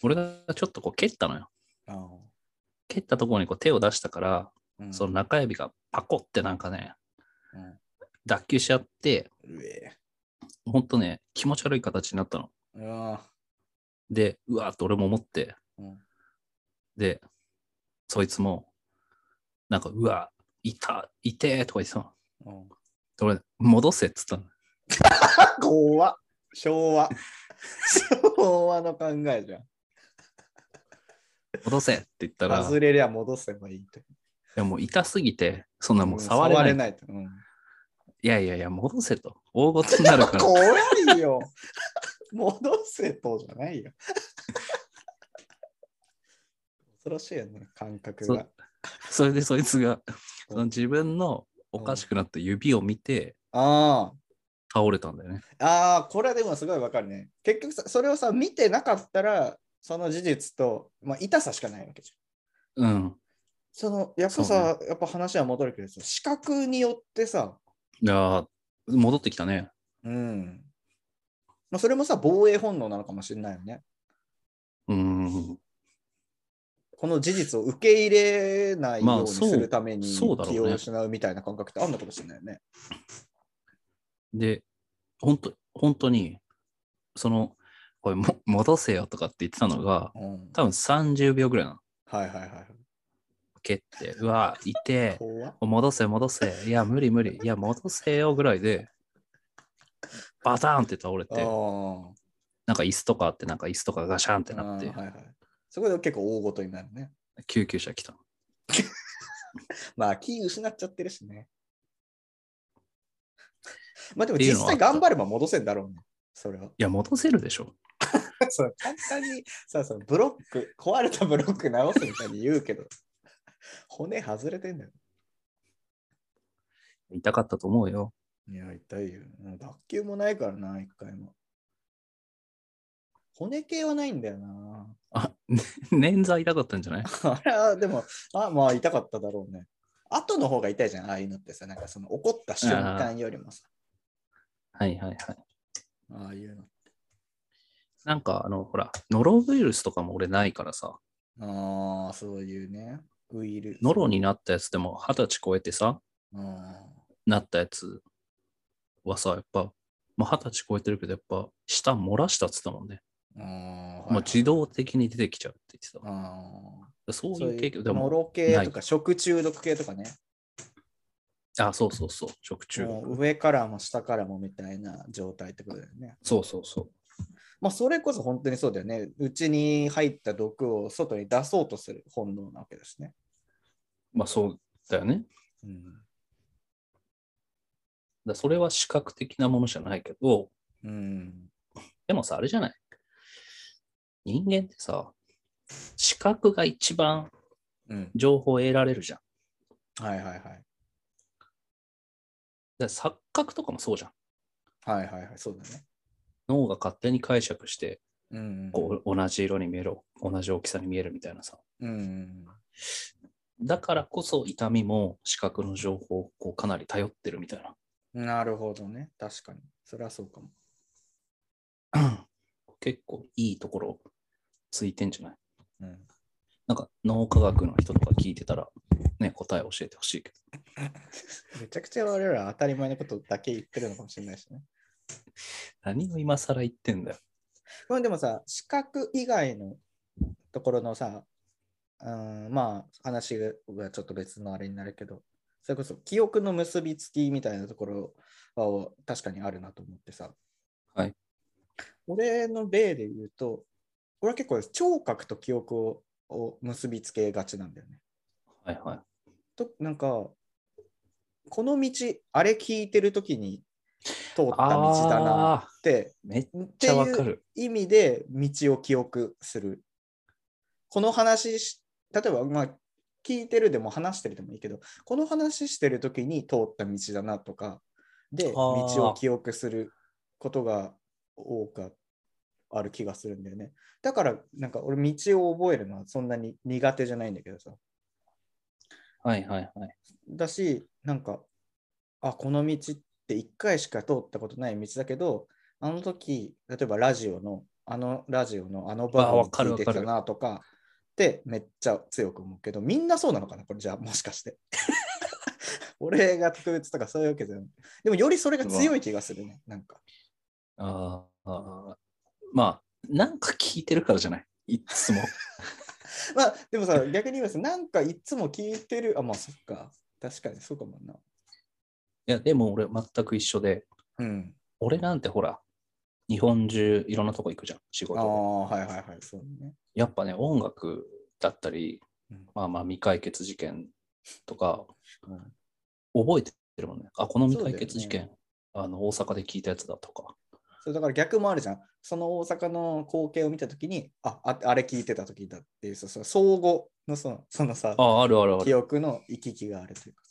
Speaker 1: 俺がちょっとこう蹴ったのよ。
Speaker 4: ああ
Speaker 1: 蹴ったところにこう手を出したから、
Speaker 4: うん
Speaker 1: その中指がパコってなんかね、
Speaker 4: うん
Speaker 1: 脱臼しちゃって、
Speaker 4: うえ
Speaker 1: ほんとね、気持ち悪い形になったの。
Speaker 4: うわ
Speaker 1: で、うわーって俺も思って、
Speaker 4: うん
Speaker 1: で、そいつも、なんか、うわ、いた、いてーとか言ってさ、
Speaker 4: うん、
Speaker 1: 俺、戻せっつったの。
Speaker 4: 怖っ昭和昭和の考えじゃん。
Speaker 1: 戻せって言ったら、い
Speaker 4: 外れりゃ戻せばいいと。
Speaker 1: やもう痛すぎて、そんなもう触れない。
Speaker 4: ないと。うん
Speaker 1: いやいやいや、戻せと。大ごとになる から。
Speaker 4: 怖いよ。戻せとじゃないよ。恐ろしいよね、感覚が。
Speaker 1: それでそいつが、
Speaker 4: うん
Speaker 1: その自分のおかしくなった指を見て、
Speaker 4: あ
Speaker 1: 倒れたんだよね。
Speaker 4: あ、ああ、これはでもすごいわかるね。結局さ、それをさ、見てなかったら、その事実と、まあ、痛さしかないわけじゃん。
Speaker 1: うん。
Speaker 4: その、やっぱさ、やっぱ話は戻るけどさ、視覚によってさ、
Speaker 1: いやー戻ってきたね。
Speaker 4: うん。まあ、それもさ、防衛本能なのかもしれないよね。
Speaker 1: うん。
Speaker 4: この事実を受け入れない
Speaker 1: まあ
Speaker 4: ように
Speaker 1: そう
Speaker 4: するために
Speaker 1: そうだろうね
Speaker 4: 気を失うみたいな感覚ってあんのかもしれないよね。
Speaker 1: で、本当本当に、その、おい、も戻せよとかって言ってたのが、
Speaker 4: うん
Speaker 1: 多分30秒ぐらいなの。
Speaker 4: はいはいはい。
Speaker 1: 蹴って、うわ、いて、
Speaker 4: 怖っ
Speaker 1: 戻せ、戻せ、いや、無理無理、いや、戻せよぐらいで、バターンって倒れ
Speaker 4: ああ
Speaker 1: て、なんか椅子とかあって、なんか椅子とかガシャンってなって
Speaker 4: ー、はいはい。そこで結構大ごとになるね。
Speaker 1: 救急車来たの。
Speaker 4: まあ、気失っちゃってるしね。 まあでも
Speaker 1: っていう
Speaker 4: 実
Speaker 1: のはあ
Speaker 4: 際
Speaker 1: った
Speaker 4: 頑張れば戻せんだろうね。それは。
Speaker 1: い や、戻せるでしょ。
Speaker 4: そう簡単にさそのブロック、壊れたブロック直すみたいに言うけど、骨外れてんだよ。
Speaker 1: 痛かったと思うよ。
Speaker 4: いや、痛いよ。もう脱臼もないからな、一回も。骨系はないんだよな。
Speaker 1: あ、ね捻挫痛かったんじゃない
Speaker 4: あれは、でも、あまあ、痛かっただろうね。後の方が痛いじゃん、ああいうのってさ、なんかその怒った瞬間よりもさ、
Speaker 1: はいはいはい。
Speaker 4: ああいうの。
Speaker 1: なんか、あの、ほら、ノロウイルスとかも俺ないからさ、
Speaker 4: ああ、そういうね。ウイルス。
Speaker 1: ノロになったやつでも二十歳超えてさ、
Speaker 4: あ
Speaker 1: なったやつはさ、やっぱ、まあ、二十歳超えてるけど、やっぱ、舌漏らしたっつったもんね。
Speaker 4: ーあー。
Speaker 1: もう自動的に出てきちゃうって言ってた。
Speaker 4: あ
Speaker 1: そう
Speaker 4: ー。そう
Speaker 1: いう経
Speaker 4: い
Speaker 1: 験、
Speaker 4: う
Speaker 1: で
Speaker 4: ノ
Speaker 1: も、
Speaker 4: ロ系
Speaker 1: ない
Speaker 4: とか食中毒系とかね。
Speaker 1: あ、そうそうそう、食中
Speaker 4: も
Speaker 1: 毒。
Speaker 4: う上からも下からもみたいな状態ってことだよね。
Speaker 1: そうそうそう。
Speaker 4: まあ、それこそ本当にそうだよね。うちに入った毒を外に出そうとする本能なわけですね。
Speaker 1: まあそうだよね。
Speaker 4: うん。
Speaker 1: だそれは視覚的なものじゃないけど、
Speaker 4: うん、
Speaker 1: でもさ、あれじゃない。人間ってさ、視覚が一番
Speaker 4: うん。
Speaker 1: 情報を得られるじゃん。
Speaker 4: はいはいはい。
Speaker 1: だ錯覚とかもそうじゃん。
Speaker 4: はいはいはい。そうだね。
Speaker 1: 脳が勝手に解釈して、
Speaker 4: うん。
Speaker 1: こう同じ色に見える、同じ大きさに見えるみたいなさ。
Speaker 4: うん。うん。
Speaker 1: だからこそ痛みも視覚の情報をこうかなり頼ってるみたいな。
Speaker 4: なるほどね。確かに。それはそうかも。
Speaker 1: 結構いいところついてんじゃない
Speaker 4: うん。
Speaker 1: なんか脳科学の人とか聞いてたら、ね、答え教えてほしいけど。
Speaker 4: めちゃくちゃ我々は当たり前のことだけ言ってるのかもしれないしね。
Speaker 1: 何を今更言ってんだよ。
Speaker 4: まあでもさ、視覚以外のところのさ、うん、まあ話がちょっと別のあれになるけど、それこそ記憶の結びつきみたいなところは確かにあるなと思ってさ。
Speaker 1: はい。
Speaker 4: 俺の例で言うと、俺は結構聴覚と記憶をを結びつけがちなんだよね。
Speaker 1: はいはい。
Speaker 4: となんか、この道、あれ聞いてる時に通った道だな
Speaker 1: ああ
Speaker 4: って
Speaker 1: ー、めっ
Speaker 4: っ
Speaker 1: ち
Speaker 4: て
Speaker 1: ゃわ
Speaker 4: い
Speaker 1: か
Speaker 4: う
Speaker 1: る。
Speaker 4: 意味で道を記憶する。この話し、例えば、まあ、聞いてるでも話してるでもいいけど、この話してる時に通った道だなとか、で、
Speaker 1: あー
Speaker 4: 道を記憶することが多くある気がするんだよね。だから、なんか俺、道を覚えるのはそんなに苦手じゃないんだけどさ。
Speaker 1: はいはいはい。
Speaker 4: だし、なんか、あ、この道って1回しか通ったことない道だけど、あの時、例えばラジオの、あのラジオのあの
Speaker 1: あ
Speaker 4: 番
Speaker 1: わ
Speaker 4: を
Speaker 1: かる
Speaker 4: 聞いて
Speaker 1: わか
Speaker 4: た
Speaker 1: る
Speaker 4: なとか、ってめっちゃ強く思うけど、みんなそうなのかなこれじゃあ、もしかして。 俺が特別とかそういうわけじゃない。でも、よりそれが強い気がするね。なんか。
Speaker 1: あーあー、まあ、なんか聞いてるからじゃない。いっつ も。
Speaker 4: まあ、でもさ、逆に言いますなんかいつも聞いてる、あ、まあ、そっか。確かにそうかもな。
Speaker 1: いや、でも俺全く一緒で、
Speaker 4: うん。
Speaker 1: 俺なんてほら、日本中いろんなとこ行くじゃん、仕
Speaker 4: ああ、
Speaker 1: 事
Speaker 4: はいはいはい、そうね。
Speaker 1: で。やっぱね、音楽だったり
Speaker 4: うん、
Speaker 1: まあまあ未解決事件とか、
Speaker 4: うん
Speaker 1: 覚えてるもんね。あ、この未
Speaker 4: そうだよ
Speaker 1: 解
Speaker 4: ね
Speaker 1: 決事件、あの大阪で聞いたやつだとか。
Speaker 4: そうだから逆もあるじゃん。その大阪の光景を見たときに、ああ、あれ聞いてたときだっていう、そうそう相互のそのそのさ、
Speaker 1: あ、あるあるあ
Speaker 4: 記
Speaker 1: る。
Speaker 4: 憶の行き来があるというか。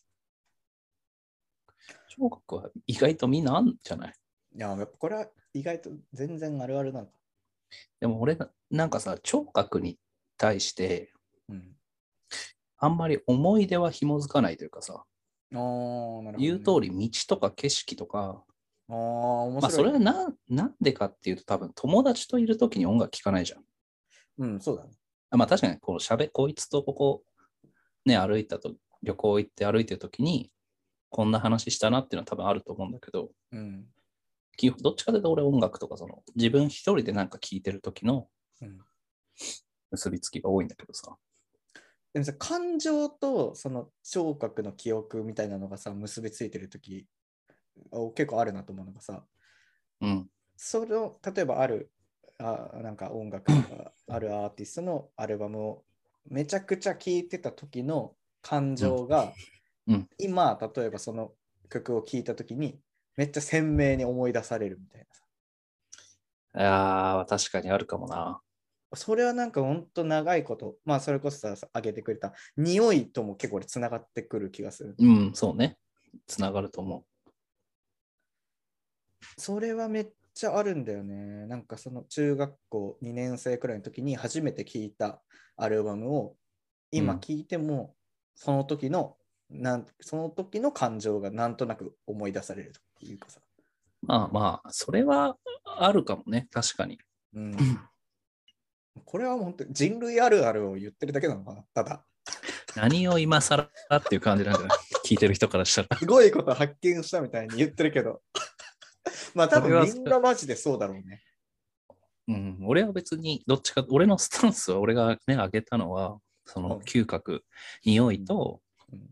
Speaker 1: 聴覚は意外とみんなあんじゃない
Speaker 4: いや、やっぱこれは意外と全然あるあるなのか。
Speaker 1: でも俺な、なんかさ、聴覚に対して、
Speaker 4: うん。
Speaker 1: あんまり思い出は紐づかないというかさ、
Speaker 4: ああ、なるほど、ね。
Speaker 1: 言う通り道とか景色とか、
Speaker 4: ああ、面
Speaker 1: ま
Speaker 4: 白
Speaker 1: あ
Speaker 4: い。
Speaker 1: それはななんでかっていうと多分友達といる時に音楽聴かないじゃん。
Speaker 4: うん、そうだね。
Speaker 1: あまあ確かにこうしゃべこいつとここね歩いたと旅行行って歩いてる時にこんな話したなっていうのは多分あると思うんだけど
Speaker 4: うん。
Speaker 1: 基本どっちかというと俺音楽とかその自分一人でなんか聴いてる時の
Speaker 4: うん
Speaker 1: 結びつきが多いんだけどさ
Speaker 4: でもさ、感情とその聴覚の記憶みたいなのがさ、結びついてるとき、お結構あるなと思うのがさ、
Speaker 1: うん
Speaker 4: その例えばあるあなんか音楽とかあるアーティストのアルバムをめちゃくちゃ聴いてた時の感情が、
Speaker 1: うんうん
Speaker 4: 今例えばその曲を聴いた時にめっちゃ鮮明に思い出されるみたいなさ
Speaker 1: あー確かにあるかもな
Speaker 4: それはなんかほんと長いことまあそれこそささ挙げてくれた匂いとも結構俺つながってくる気がする
Speaker 1: うんそうねつながると思う
Speaker 4: それはめっちゃあるんだよねなんかその中学校2年生くらいの時に初めて聴いたアルバムを今
Speaker 1: うん
Speaker 4: 聴いてもその時の、なんその時の感情がなんとなく思い出されるというかさ、
Speaker 1: まあまあ、それはあるかもね、確かに。
Speaker 4: うん、これは本当に人類あるあるを言ってるだけなのかなただ
Speaker 1: 何を今更っていう感じなんじゃない聞いてる人からしたら。
Speaker 4: すごいこと発見したみたいに言ってるけど まあ多
Speaker 1: これは
Speaker 4: 分みんなマジでそうだろうね
Speaker 1: うん、俺は別に、どっちか、俺のスタンスは、俺がね、挙げたのは、その
Speaker 4: うん
Speaker 1: 嗅覚、匂いと
Speaker 4: うん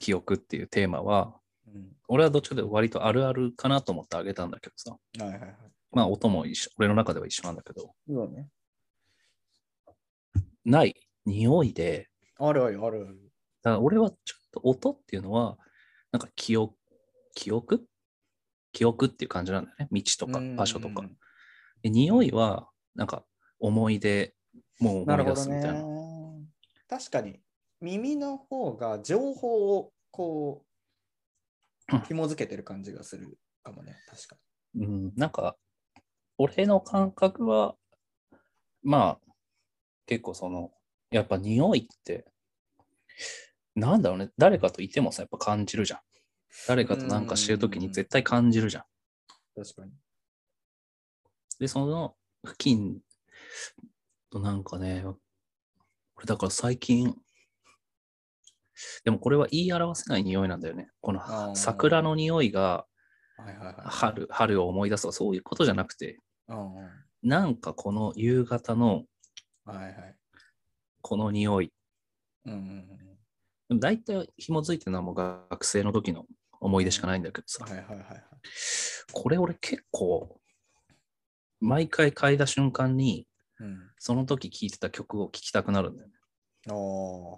Speaker 1: 記憶っていうテーマは、
Speaker 4: うん
Speaker 1: 俺はどっちかというと割とあるあるかなと思って挙げたんだけどさ。
Speaker 4: はいはいはい
Speaker 1: まあ、音も一緒、俺の中では一緒なんだけど、
Speaker 4: そうね
Speaker 1: ない、匂いで、
Speaker 4: あるあるあるある
Speaker 1: だから俺はちょっと音っていうのは、なんか記憶、記憶記憶っていう感じなんだよね。道とか場所とか
Speaker 4: うん。
Speaker 1: で匂いはなんか思い出もう
Speaker 4: な
Speaker 1: 思
Speaker 4: る
Speaker 1: い
Speaker 4: ほ
Speaker 1: 出
Speaker 4: ど
Speaker 1: すみ
Speaker 4: ね
Speaker 1: たいな。。
Speaker 4: 確かに耳の方が情報をこ
Speaker 1: うん
Speaker 4: う紐づけてる感じがするかもね。確か
Speaker 1: うん、なんか俺の感覚はまあ結構そのやっぱ匂いってなんだろうね誰かといてもさやっぱ感じるじゃん。誰かとなんかしてるときに絶対感じるじゃん。
Speaker 4: に。確かに。
Speaker 1: でその付近となんかね俺だから最近でもこれは言い表せない匂いなんだよね。こ
Speaker 4: あー
Speaker 1: の桜の匂いが
Speaker 4: はいはいは
Speaker 1: 春春を思い出すとかそういうことじゃなくて
Speaker 4: い。うんうん
Speaker 1: なんかこの夕方の
Speaker 4: はいはい。
Speaker 1: この匂い
Speaker 4: うんうん
Speaker 1: でも大体紐づいてるのはもう学生の時の思い出しかないんだけど
Speaker 4: う
Speaker 1: さ、
Speaker 4: ん。はいはいはいはい。
Speaker 1: これ俺結構毎回嗅いだ瞬間に
Speaker 4: うん。
Speaker 1: その時聴いてた曲を聴きたくなるんだよね。
Speaker 4: あ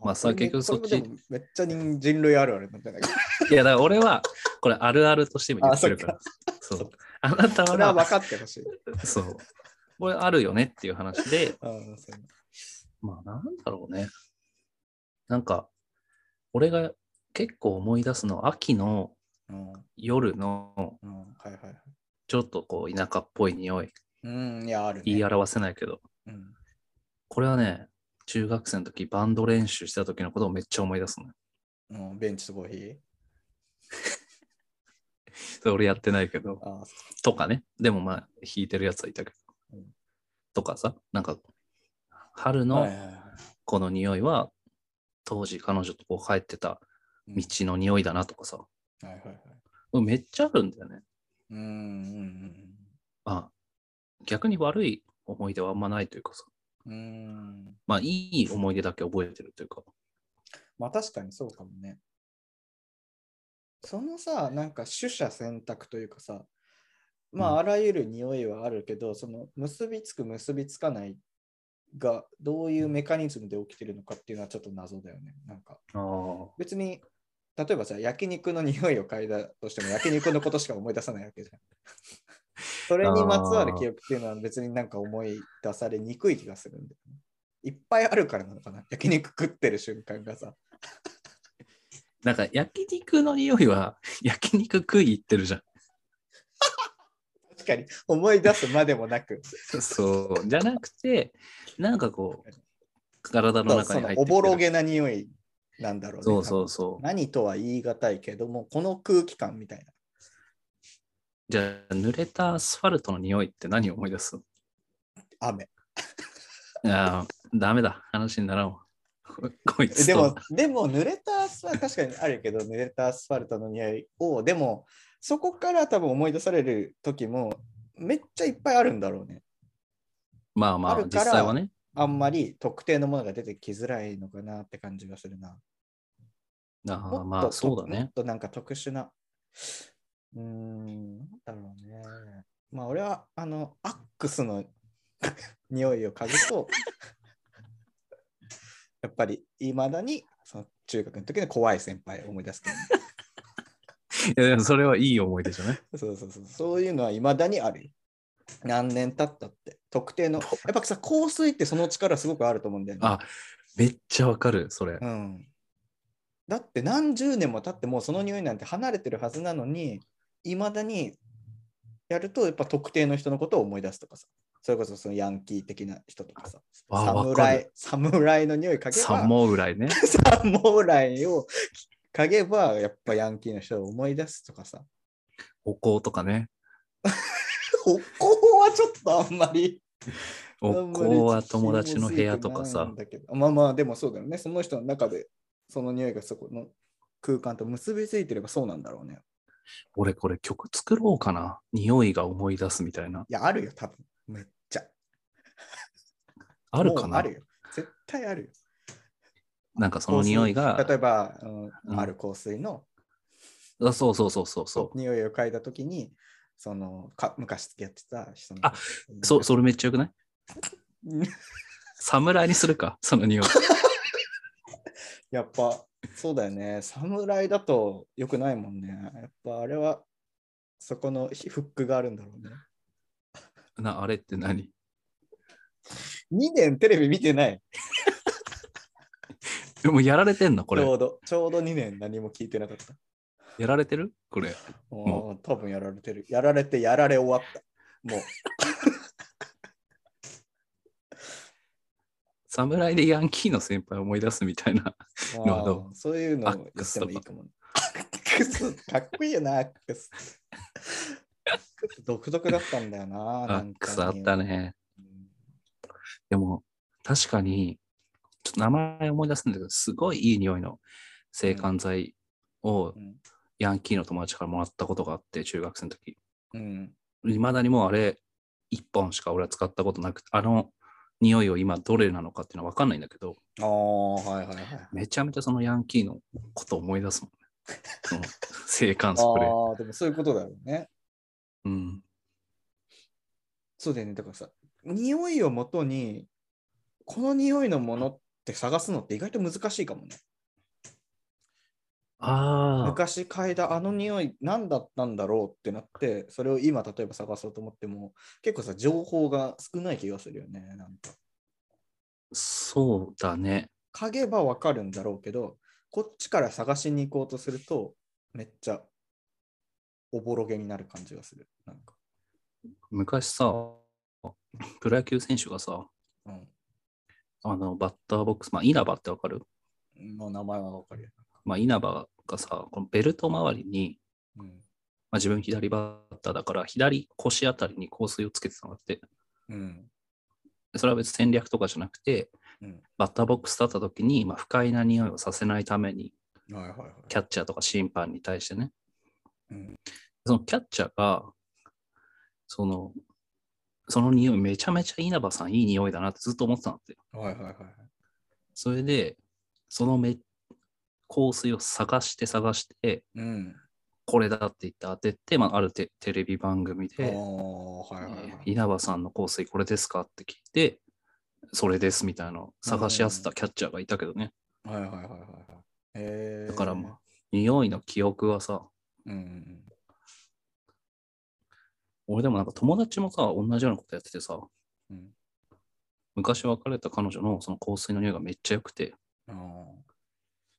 Speaker 1: まあさ結局そっち。
Speaker 4: これもめっちゃ人人類あるあるな んじゃないか。
Speaker 1: いやだから俺はこれあるあるとしても言ってるから。そ
Speaker 4: っか
Speaker 1: う。あなた
Speaker 4: それは
Speaker 1: は
Speaker 4: 分かってほしい。
Speaker 1: そう。これあるよねっていう話で、
Speaker 4: うんそうね
Speaker 1: まあなんだろうね。なんか、俺が結構思い出すのは、秋の
Speaker 4: うん
Speaker 1: 夜の
Speaker 4: うんはいはいはい。
Speaker 1: ちょっとこう田舎っぽい匂い、
Speaker 4: うん、いや、あるね。
Speaker 1: 言い表せないけど、
Speaker 4: うん
Speaker 1: これはね、中学生の時バンド練習した時のことをめっちゃ思い出すのよ。
Speaker 4: うん。ベンチとコーヒー。
Speaker 1: それ俺やってないけど、
Speaker 4: あ
Speaker 1: とかね。でもまあ弾いてるやつはいたけ
Speaker 4: う
Speaker 1: ど
Speaker 4: ん。
Speaker 1: とかさ、なんか、春
Speaker 4: あ。はい
Speaker 1: の
Speaker 4: はいはい
Speaker 1: この匂いは、当時彼女とこう帰ってた
Speaker 4: うん
Speaker 1: 道の匂いだなとかさ、
Speaker 4: はいはいはい。
Speaker 1: めっちゃあるんだよね。
Speaker 4: うんうん
Speaker 1: まあ、逆に悪い思い出はあんまないというかさ、
Speaker 4: うんうん。うん。
Speaker 1: まあ、いい思い出だけ覚えてるというか、
Speaker 4: まあ確かにそうかもね。そのさ、なんか取捨選択というかさ、
Speaker 1: う
Speaker 4: まあ、
Speaker 1: ん
Speaker 4: あらゆる匂いはあるけど、その結びつく結びつかないがどういうメカニズムで起きてるのかっていうのはちょっと謎だよね。なんか
Speaker 1: ああ。
Speaker 4: 別に、例えばさ、焼肉の匂いを嗅いだとしても焼肉のことしか思い出さないわけじゃん。 それにまつわる記憶っていうのは別になんか思い出されにくい気がするんだよね。いっぱいあるからなのかな焼肉食ってる瞬間がさ。
Speaker 1: なんか焼肉の匂いは 焼肉食い行ってるじゃ
Speaker 4: 確かに思い出すまでもなく、
Speaker 1: ん。そう。じゃなくて、なんかこう、体の
Speaker 4: そう
Speaker 1: 中
Speaker 4: そ
Speaker 1: に
Speaker 4: の
Speaker 1: 入って
Speaker 4: お
Speaker 1: きてる
Speaker 4: ぼろげな匂いなんだろうね。
Speaker 1: そうそうそう。
Speaker 4: 何とは言い難いけども、この空気感みたいな。
Speaker 1: じゃあ、濡れたアスファルトの匂いって何を思い出す
Speaker 4: 雨。
Speaker 1: ああ、ダメだ。話にならんわ。こ こいつと。
Speaker 4: でも、でも濡れたアスファルト、確かにあるけど、濡れたアスファルトの匂いを、でも、そこから多分思い出される時も、めっちゃいっぱいあるんだろうね。
Speaker 1: まあま
Speaker 4: あ
Speaker 1: あ、
Speaker 4: る
Speaker 1: 実
Speaker 4: から
Speaker 1: 際はね。
Speaker 4: あんまり特定のものが出てきづらいのかなって感じがするな。
Speaker 1: あ
Speaker 4: も
Speaker 1: あ
Speaker 4: っと
Speaker 1: まあ、そうだ
Speaker 4: もっ
Speaker 1: ね。
Speaker 4: となんか特殊な。うーん、なんだろうね。まあ、俺は、あの、アックスの匂いを嗅ぐと、 やっぱり、いまだに、その中学の時の怖い先輩を思い出すけどね、
Speaker 1: いやでもそれはいい思い出じゃない
Speaker 4: そうそうそう、そういうのはいまだにあるよ。何年経ったって、特定の、やっぱさ、香水ってその力すごくあると思うんだよね。
Speaker 1: あ、めっちゃわかる、そ れ。
Speaker 4: うん、だって何十年も経ってもうその匂いなんて離れてるはずなのにいまだにやるとやっぱ特定の人のことを思い出すとかさそれこそそのヤンキー的な人とかさ
Speaker 1: あわかる。
Speaker 4: 侍侍の匂いかけ
Speaker 1: サ
Speaker 4: ば
Speaker 1: モウライね。
Speaker 4: 侍をかけばやっぱヤンキーの人を思い出すとか さ
Speaker 1: お香とかね。
Speaker 4: ここはちょっとあんまり
Speaker 1: お香は友達の部屋とか
Speaker 4: あん
Speaker 1: さ
Speaker 4: まり紐づいてないん。だけどまあまあでもそうだよねその人の中でその匂いがそこの空間と結びついてればそうなんだろうね
Speaker 1: 俺これ曲作ろうかな。匂いが思い出すみたいな。
Speaker 4: いやあるよ多分めっちゃ
Speaker 1: あるか
Speaker 4: もうあ
Speaker 1: な
Speaker 4: るよ絶対あるよ
Speaker 1: なんかその匂いが。
Speaker 4: 例えば、うん
Speaker 1: うん
Speaker 4: ある香水の
Speaker 1: あそうそうそうそうそ
Speaker 4: 匂いを嗅いだ時にそのか昔付き合ってた人の
Speaker 1: あう。そう、それめっちゃよくない侍にするか、その匂い。
Speaker 4: やっぱそうだよね。侍だと良くないもんね。やっぱあれはそこのフックがあるんだろうね。
Speaker 1: な、あれって何
Speaker 4: 2年テレビ見てない。
Speaker 1: でもやられてんのこ
Speaker 4: ちょ
Speaker 1: れ。
Speaker 4: うど、ちょうど2年何も聞いてなかった。
Speaker 1: やられてるこれ。も
Speaker 4: もう多分やられてる。やられてやられ終わった。もう。
Speaker 1: 侍でヤンキーの先輩を思い出すみたいな。 なるほど
Speaker 4: あーそういうの
Speaker 1: ア
Speaker 4: を
Speaker 1: ック
Speaker 4: 言っ
Speaker 1: ス
Speaker 4: て
Speaker 1: と
Speaker 4: も
Speaker 1: か
Speaker 4: いいかもね。アックスかっこいいよな、アックス。アックス独特だったんだよな。
Speaker 1: アックスあった
Speaker 4: ね。
Speaker 1: ね。でも、確かに、ちょっと名前思い出すんだけど、すごいいい匂いの制汗剤を
Speaker 4: うん
Speaker 1: ヤンキーの友達からもらったことがあって、中学生の時。
Speaker 4: うん。
Speaker 1: いまだにもうあれ、一本しか俺は使ったことなくて、あの匂いを今どれなのかっていうのは分かんないんだけど、
Speaker 4: ああ、はいはいはい。
Speaker 1: めちゃめちゃそのヤンキーのことを思い出すもんね。そ の制汗スプレー。
Speaker 4: ああ、でもそういうことだよね。
Speaker 1: うん。
Speaker 4: そうだよね。だからさ、匂いをもとに、この匂いのものって探すのって意外と難しいかもね。
Speaker 1: ああ、
Speaker 4: 昔嗅いだあの匂い何だったんだろうってなって、それを今例えば探そうと思っても、結構さ、情報が少ない気がするよね。なんか
Speaker 1: そうだね。
Speaker 4: 嗅げばわかるんだろうけど、こっちから探しに行こうとすると、めっちゃおぼろげになる感じがする。なんか。
Speaker 1: 昔さ、プロ野球選手がさ、
Speaker 4: う
Speaker 1: あの、バッターボックス、まあ、稲葉ってわかる
Speaker 4: ん。の名前はわかるよ。
Speaker 1: まあ、稲葉がさ、このベルト周りに、
Speaker 4: うん。
Speaker 1: まあ、自分左バッターだから、左腰あたりに香水をつけてたのって、
Speaker 4: うん。
Speaker 1: それは別に戦略とかじゃなくて、
Speaker 4: うん。
Speaker 1: バッターボックス立った時に、まあ、不快な匂いをさせないために、
Speaker 4: はいはいはい。
Speaker 1: キャッチャーとか審判に対してね、
Speaker 4: うん
Speaker 1: そのキャッチャーが、その、その匂い、めちゃめちゃ稲葉さんいい匂いだなってずっと思ってたのって。
Speaker 4: はいはいはいはい。
Speaker 1: それで、そのめ香水を探して探して、
Speaker 4: うん。
Speaker 1: これだって言って当てて、まあ、あるテテレビ番組
Speaker 4: ああ、
Speaker 1: で、
Speaker 4: はいはいはい。
Speaker 1: 稲葉さんの香水これですかって聞いて、それですみたいなのを探し合ってたキャッチャーがいたけどね。
Speaker 4: はいはいはいはいはい。えー、
Speaker 1: だからまあ、匂いの記憶はさ、
Speaker 4: うんうんうん。
Speaker 1: 俺でもなんか友達もさ、同じようなことやっててさ、
Speaker 4: うん
Speaker 1: 昔別れた彼女のその香水の匂いがめっちゃ良くて、
Speaker 4: あ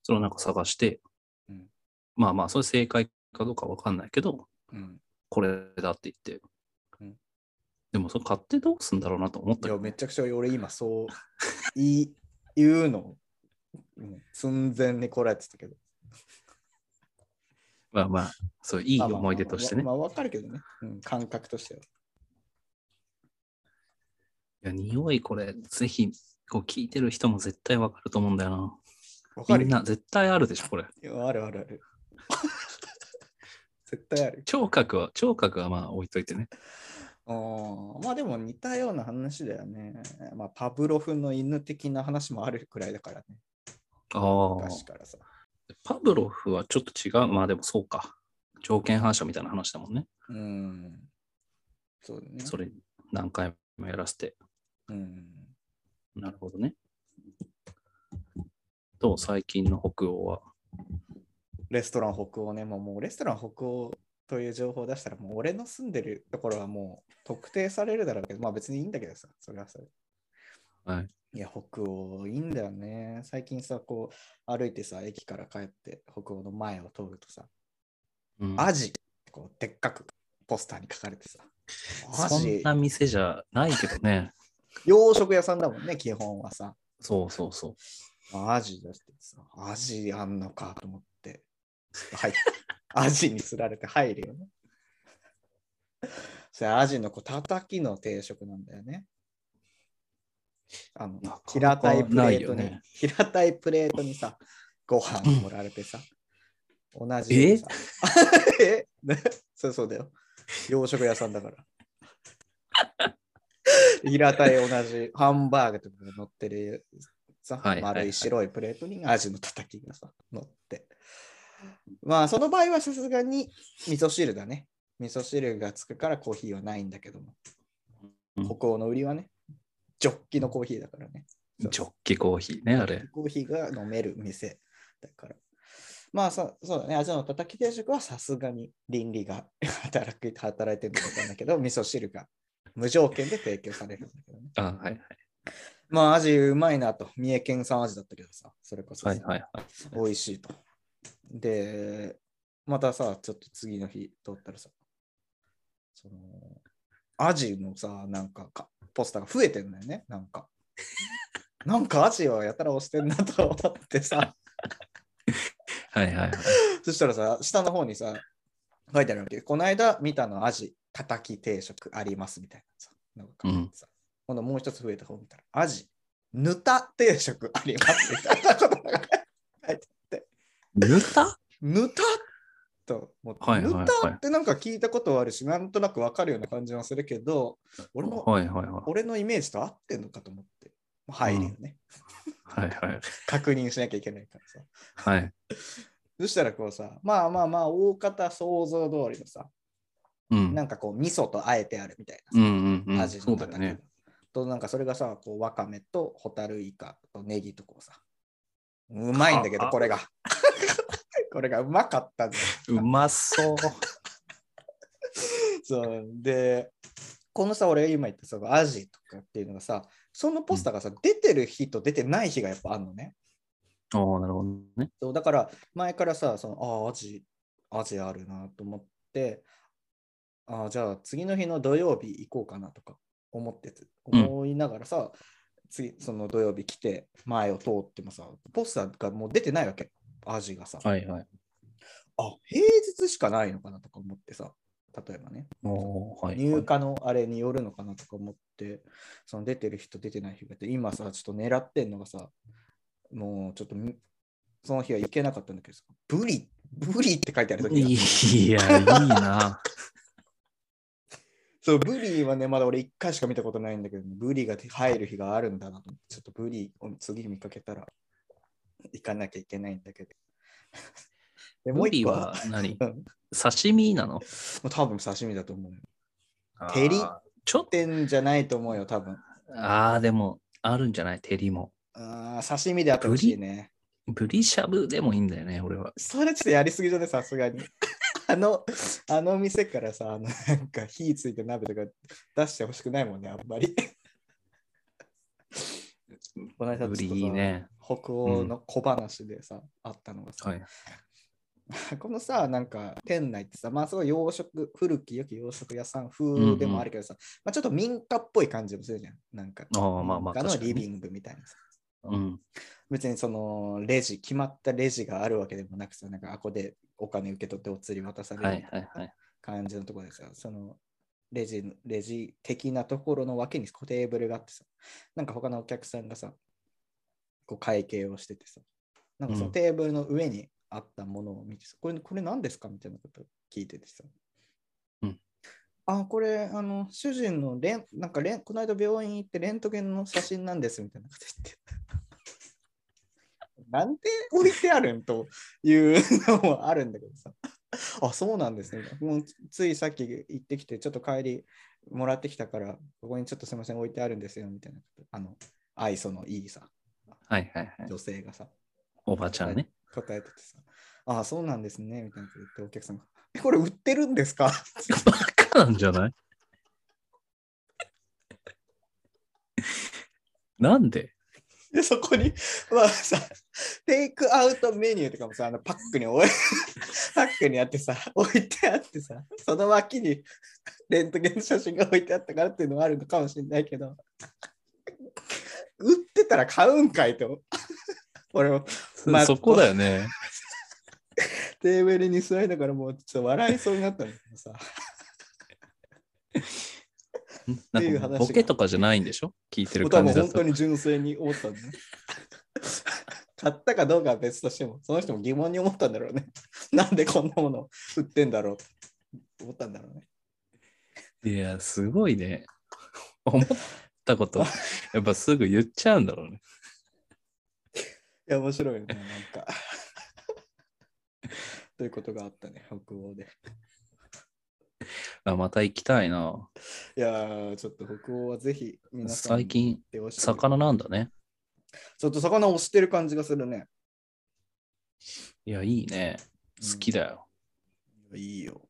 Speaker 1: それをなんか探して、
Speaker 4: うん
Speaker 1: まあまあ、それ正解かどうかわかんないけど、
Speaker 4: ーうん、
Speaker 1: これだって言って。
Speaker 4: うん
Speaker 1: でも、それ買ってどうすんだろうなと思っ
Speaker 4: い
Speaker 1: たけ
Speaker 4: や
Speaker 1: ど
Speaker 4: めちゃくちゃ俺今そう言い言うの、うん寸前にこらえてたけど。
Speaker 1: まあまあ、そういい
Speaker 4: まあまあ
Speaker 1: 思い出としてね。
Speaker 4: まあまあわかるけどね、うん感覚としては。
Speaker 1: いや、匂いこれ、ぜひ、こう聞いてる人も絶対わかると思うんだよ
Speaker 4: わか
Speaker 1: な。
Speaker 4: る
Speaker 1: みん
Speaker 4: よ
Speaker 1: な絶対あるでしょ、これ。
Speaker 4: いやあるあるあ る。絶対ある。
Speaker 1: 聴覚は、聴覚はまあ置いといてね。
Speaker 4: あーまあでも似たような話だよね。まあパブロフの犬的な話もあるくらいだからね。
Speaker 1: ああ。
Speaker 4: 昔からさ。
Speaker 1: パブロフはちょっと違う。まあでもそうか。条件反射みたいな話だもんね。
Speaker 4: うん。そうだね。
Speaker 1: それ、何回もやらせて。
Speaker 4: うん。
Speaker 1: なるほどね。と、最近の北欧は。
Speaker 4: レストラン北欧ね、もうもうレストラン北欧という情報を出したら、もう俺の住んでるところはもう特定されるだろうけど、まあ別にいいんだけどさ、それはそれ。
Speaker 1: はい。
Speaker 4: いや、北欧いいんだよね。最近さ、こう歩いてさ、駅から帰って北欧の前を通るとさ、
Speaker 1: うん
Speaker 4: アジってこうでっかくポスターに書かれてさ、ア
Speaker 1: そん
Speaker 4: ジ
Speaker 1: な店じゃないけど ね。
Speaker 4: 洋食屋さんだもんね、基本はさ。
Speaker 1: そうそうそう。
Speaker 4: アジだってさ、アジあんのかと思って、はい、 アジにすられて入るよね。それアジのこうたたきの定食なんだよね。あの
Speaker 1: なかなか
Speaker 4: 平たいプレートに、
Speaker 1: ないよね
Speaker 4: 平たいプレートにさ、ご飯盛られてさ、同じようにさ。 えねそうそうだよ。洋食屋さんだから。 平たい同じハンバーグとかが乗ってるさ、
Speaker 1: はいはいはい
Speaker 4: 丸い白いプレートにアジのたたきがさ、乗って。まあ、その場合はさすがに味噌汁だね。味噌汁がつくからコーヒーはないんだけども
Speaker 1: うん。
Speaker 4: 北欧の売りはね、ジョッキのコーヒーだからね。そう
Speaker 1: ジョッキコーヒーね、あれ。
Speaker 4: コーヒーが飲める店だから。まあそそうだね、アジのたたき定食はさすがに倫理が働く 働いてるのかわかんないけど、味噌汁が無条件で提供されるんだけどね。
Speaker 1: あはいはい
Speaker 4: まあ、アジうまいなと、三重県産アジだったけどさ、それこそさ、
Speaker 1: はいはいはい。
Speaker 4: 美味しいと。で、またさ、ちょっと次の日通ったらさ、そのアジのさ、なんかかポスターが増えてんだよね、なんか。なんかアジはやたら押してんなと思ってさ、
Speaker 1: はいはいはい。
Speaker 4: そしたらさ、下の方にさ、書いてあるわけ。この間見たのアジ、たたき定食ありますみたいなさ、なんか書いてあってさ、今度もう一つ増えた方見たら、アジ、ぬた定食ありますみたいなことが
Speaker 1: ぬた
Speaker 4: ぬたっと思って、
Speaker 1: はいはいはい
Speaker 4: ぬたってなんか聞いたことはあるし、なんとなくわかるような感じはするけど、俺の,、
Speaker 1: はいはいはい。
Speaker 4: 俺のイメージと合ってんのかと思って、入るよね、
Speaker 1: はいはい。
Speaker 4: 確認しなきゃいけないからさ。
Speaker 1: はい。
Speaker 4: そしたらこうさ、まあまあまあ、大方想像通りのさ、
Speaker 1: うん。
Speaker 4: なんかこう、味噌とあえてあるみたい
Speaker 1: うん
Speaker 4: なさ、
Speaker 1: うんうん。
Speaker 4: 味
Speaker 1: そ
Speaker 4: の
Speaker 1: うだよ
Speaker 4: 叩き
Speaker 1: ね。
Speaker 4: と、なんかそれがさ、こうわかめとホタルイカとネギとこうさ、うまいんだけど、
Speaker 1: あ
Speaker 4: これが。 これがうまかったぜ。
Speaker 1: うま そう。
Speaker 4: そうでこのさ俺が今言ったそのアジとかっていうのがさそのポスターがさ、出てる日と出てない日がやっぱあるのね
Speaker 1: ああ、なるほどね。
Speaker 4: そうだから前からさそのああアジアジあるなと思ってああじゃあ次の日の土曜日行こうかなとか思ってて
Speaker 1: うん
Speaker 4: 思いながらさ、次その土曜日来て前を通ってもさポスターがもう出てないわけアジがさ、
Speaker 1: はいはい。
Speaker 4: あ平日しかないのかなとか思ってさ例えばね
Speaker 1: おーはいはい。
Speaker 4: 入荷のあれによるのかなとか思って、その出てる人、出てない人がいて、今さ、ちょっと狙ってんのがさ、もうちょっとみその日は行けなかったんだけどさ、ブリ、ブリって書いてある時が
Speaker 1: いや、いいな。
Speaker 4: そう、ブリはね、まだ俺1回しか見たことないんだけど、ブリが入る日があるんだなと思って、ちょっと ブリを次見かけたら行かなきゃいけないんだけど、で もう
Speaker 1: ブリ
Speaker 4: 一個は
Speaker 1: は、何
Speaker 4: うん
Speaker 1: 刺身なの
Speaker 4: もう多分刺身だと思うよ。照り
Speaker 1: あーちょっと、
Speaker 4: てんじゃないと思うよ、多分。
Speaker 1: ああ、でも、あるんじゃない照りも。
Speaker 4: あー刺身であってほしいね。
Speaker 1: ブリシャブでもいいんだよね、俺は。
Speaker 4: それちょっとやりすぎじゃね、さすがに。 あの、あの店からさ、あのなんか火ついて鍋とか出してほしくないもんね、あんまり。 この間ちょっ
Speaker 1: ブ
Speaker 4: とさ
Speaker 1: リいいね。
Speaker 4: 北欧の小話でさ、あったのがさ、
Speaker 1: はい。
Speaker 4: このさ、なんか店内ってさ、まあすごい洋食、古き良き洋食屋さん風でもあるけどさ、まあ、ちょっと民家っぽい感じもするじゃん。なんか、
Speaker 1: ああ、まあまあ。
Speaker 4: 民家の
Speaker 1: 確かに
Speaker 4: リビングみたいなさ。
Speaker 1: うん。
Speaker 4: 別にそのレジ、決まったレジがあるわけでもなくさ、なんかあこでお金受け取ってお釣り渡され
Speaker 1: は
Speaker 4: るみ
Speaker 1: い
Speaker 4: た
Speaker 1: はいい
Speaker 4: な
Speaker 1: はい。
Speaker 4: 感じのところでさ、そのレジ、レジ的なところの脇にこうテーブルがあってさ、なんか他のお客さんがさ、こう会計をしててさ、なんかその
Speaker 1: うん
Speaker 4: テーブルの上にあったものを見てさ、これ、これ何ですかみたいなことを聞いててさ、
Speaker 1: うん
Speaker 4: あ、これ、あの、主人のレン、なんかレン、この間病院行ってレントゲンの写真なんですみたいなこと言 って。なんで置いてあるんというのもあるんだけどさ。あ、そうなんですね。もうついさっき行ってきて、ちょっと帰りもらってきたから、ここにちょっとすみません、置いてあるんですよ、みたいなこと。あの、愛想のいいさ、
Speaker 1: はいはいはい。
Speaker 4: 女性がさ、
Speaker 1: おばちゃんね。
Speaker 4: 答えててさ、あ、そうなんですね、みたいなこと言って、お客さんが、え、これ売ってるんですか
Speaker 1: バカなんじゃない なんで
Speaker 4: で、そこに、 まあさ、テイクアウトメニューとかもさ、あのパックに置い、 パックにあってさ、置いてあってさ、その脇にレントゲンの写真が置いてあったからっていうのはあるのかもしれないけど、売ってたら買うんかいと。 俺も
Speaker 1: そ,、
Speaker 4: まあ
Speaker 1: こだよね。
Speaker 4: テーブルに座りながらもうちょっと笑いそうになったんだけどさ、
Speaker 1: な
Speaker 4: っていう
Speaker 1: か
Speaker 4: ん話が
Speaker 1: ボケとかじゃないんでしょ聞いて
Speaker 4: も
Speaker 1: る
Speaker 4: う多
Speaker 1: 感
Speaker 4: 分
Speaker 1: じだ
Speaker 4: 本
Speaker 1: と
Speaker 4: 当。に純粋に思ったん だね。買ったかどうかは別としても、その人も疑問に思ったんだろうね。 なんでこんなもの売ってんだろうって思ったんだろうね。
Speaker 1: いや、すごいね。 思った こと、やっぱすぐ言っちゃうんだろうね。
Speaker 4: いや、面白いよね、なんか。 ということがあったね、北欧で。
Speaker 1: あまた行きたいな。
Speaker 4: いやー、ちょっと北欧はぜひ皆さん
Speaker 1: 最近
Speaker 4: 行ってほしい
Speaker 1: 魚なんだね。
Speaker 4: ちょっと魚を押してる感じがするね。
Speaker 1: いや、いいね。好きだよ。
Speaker 4: いいよ。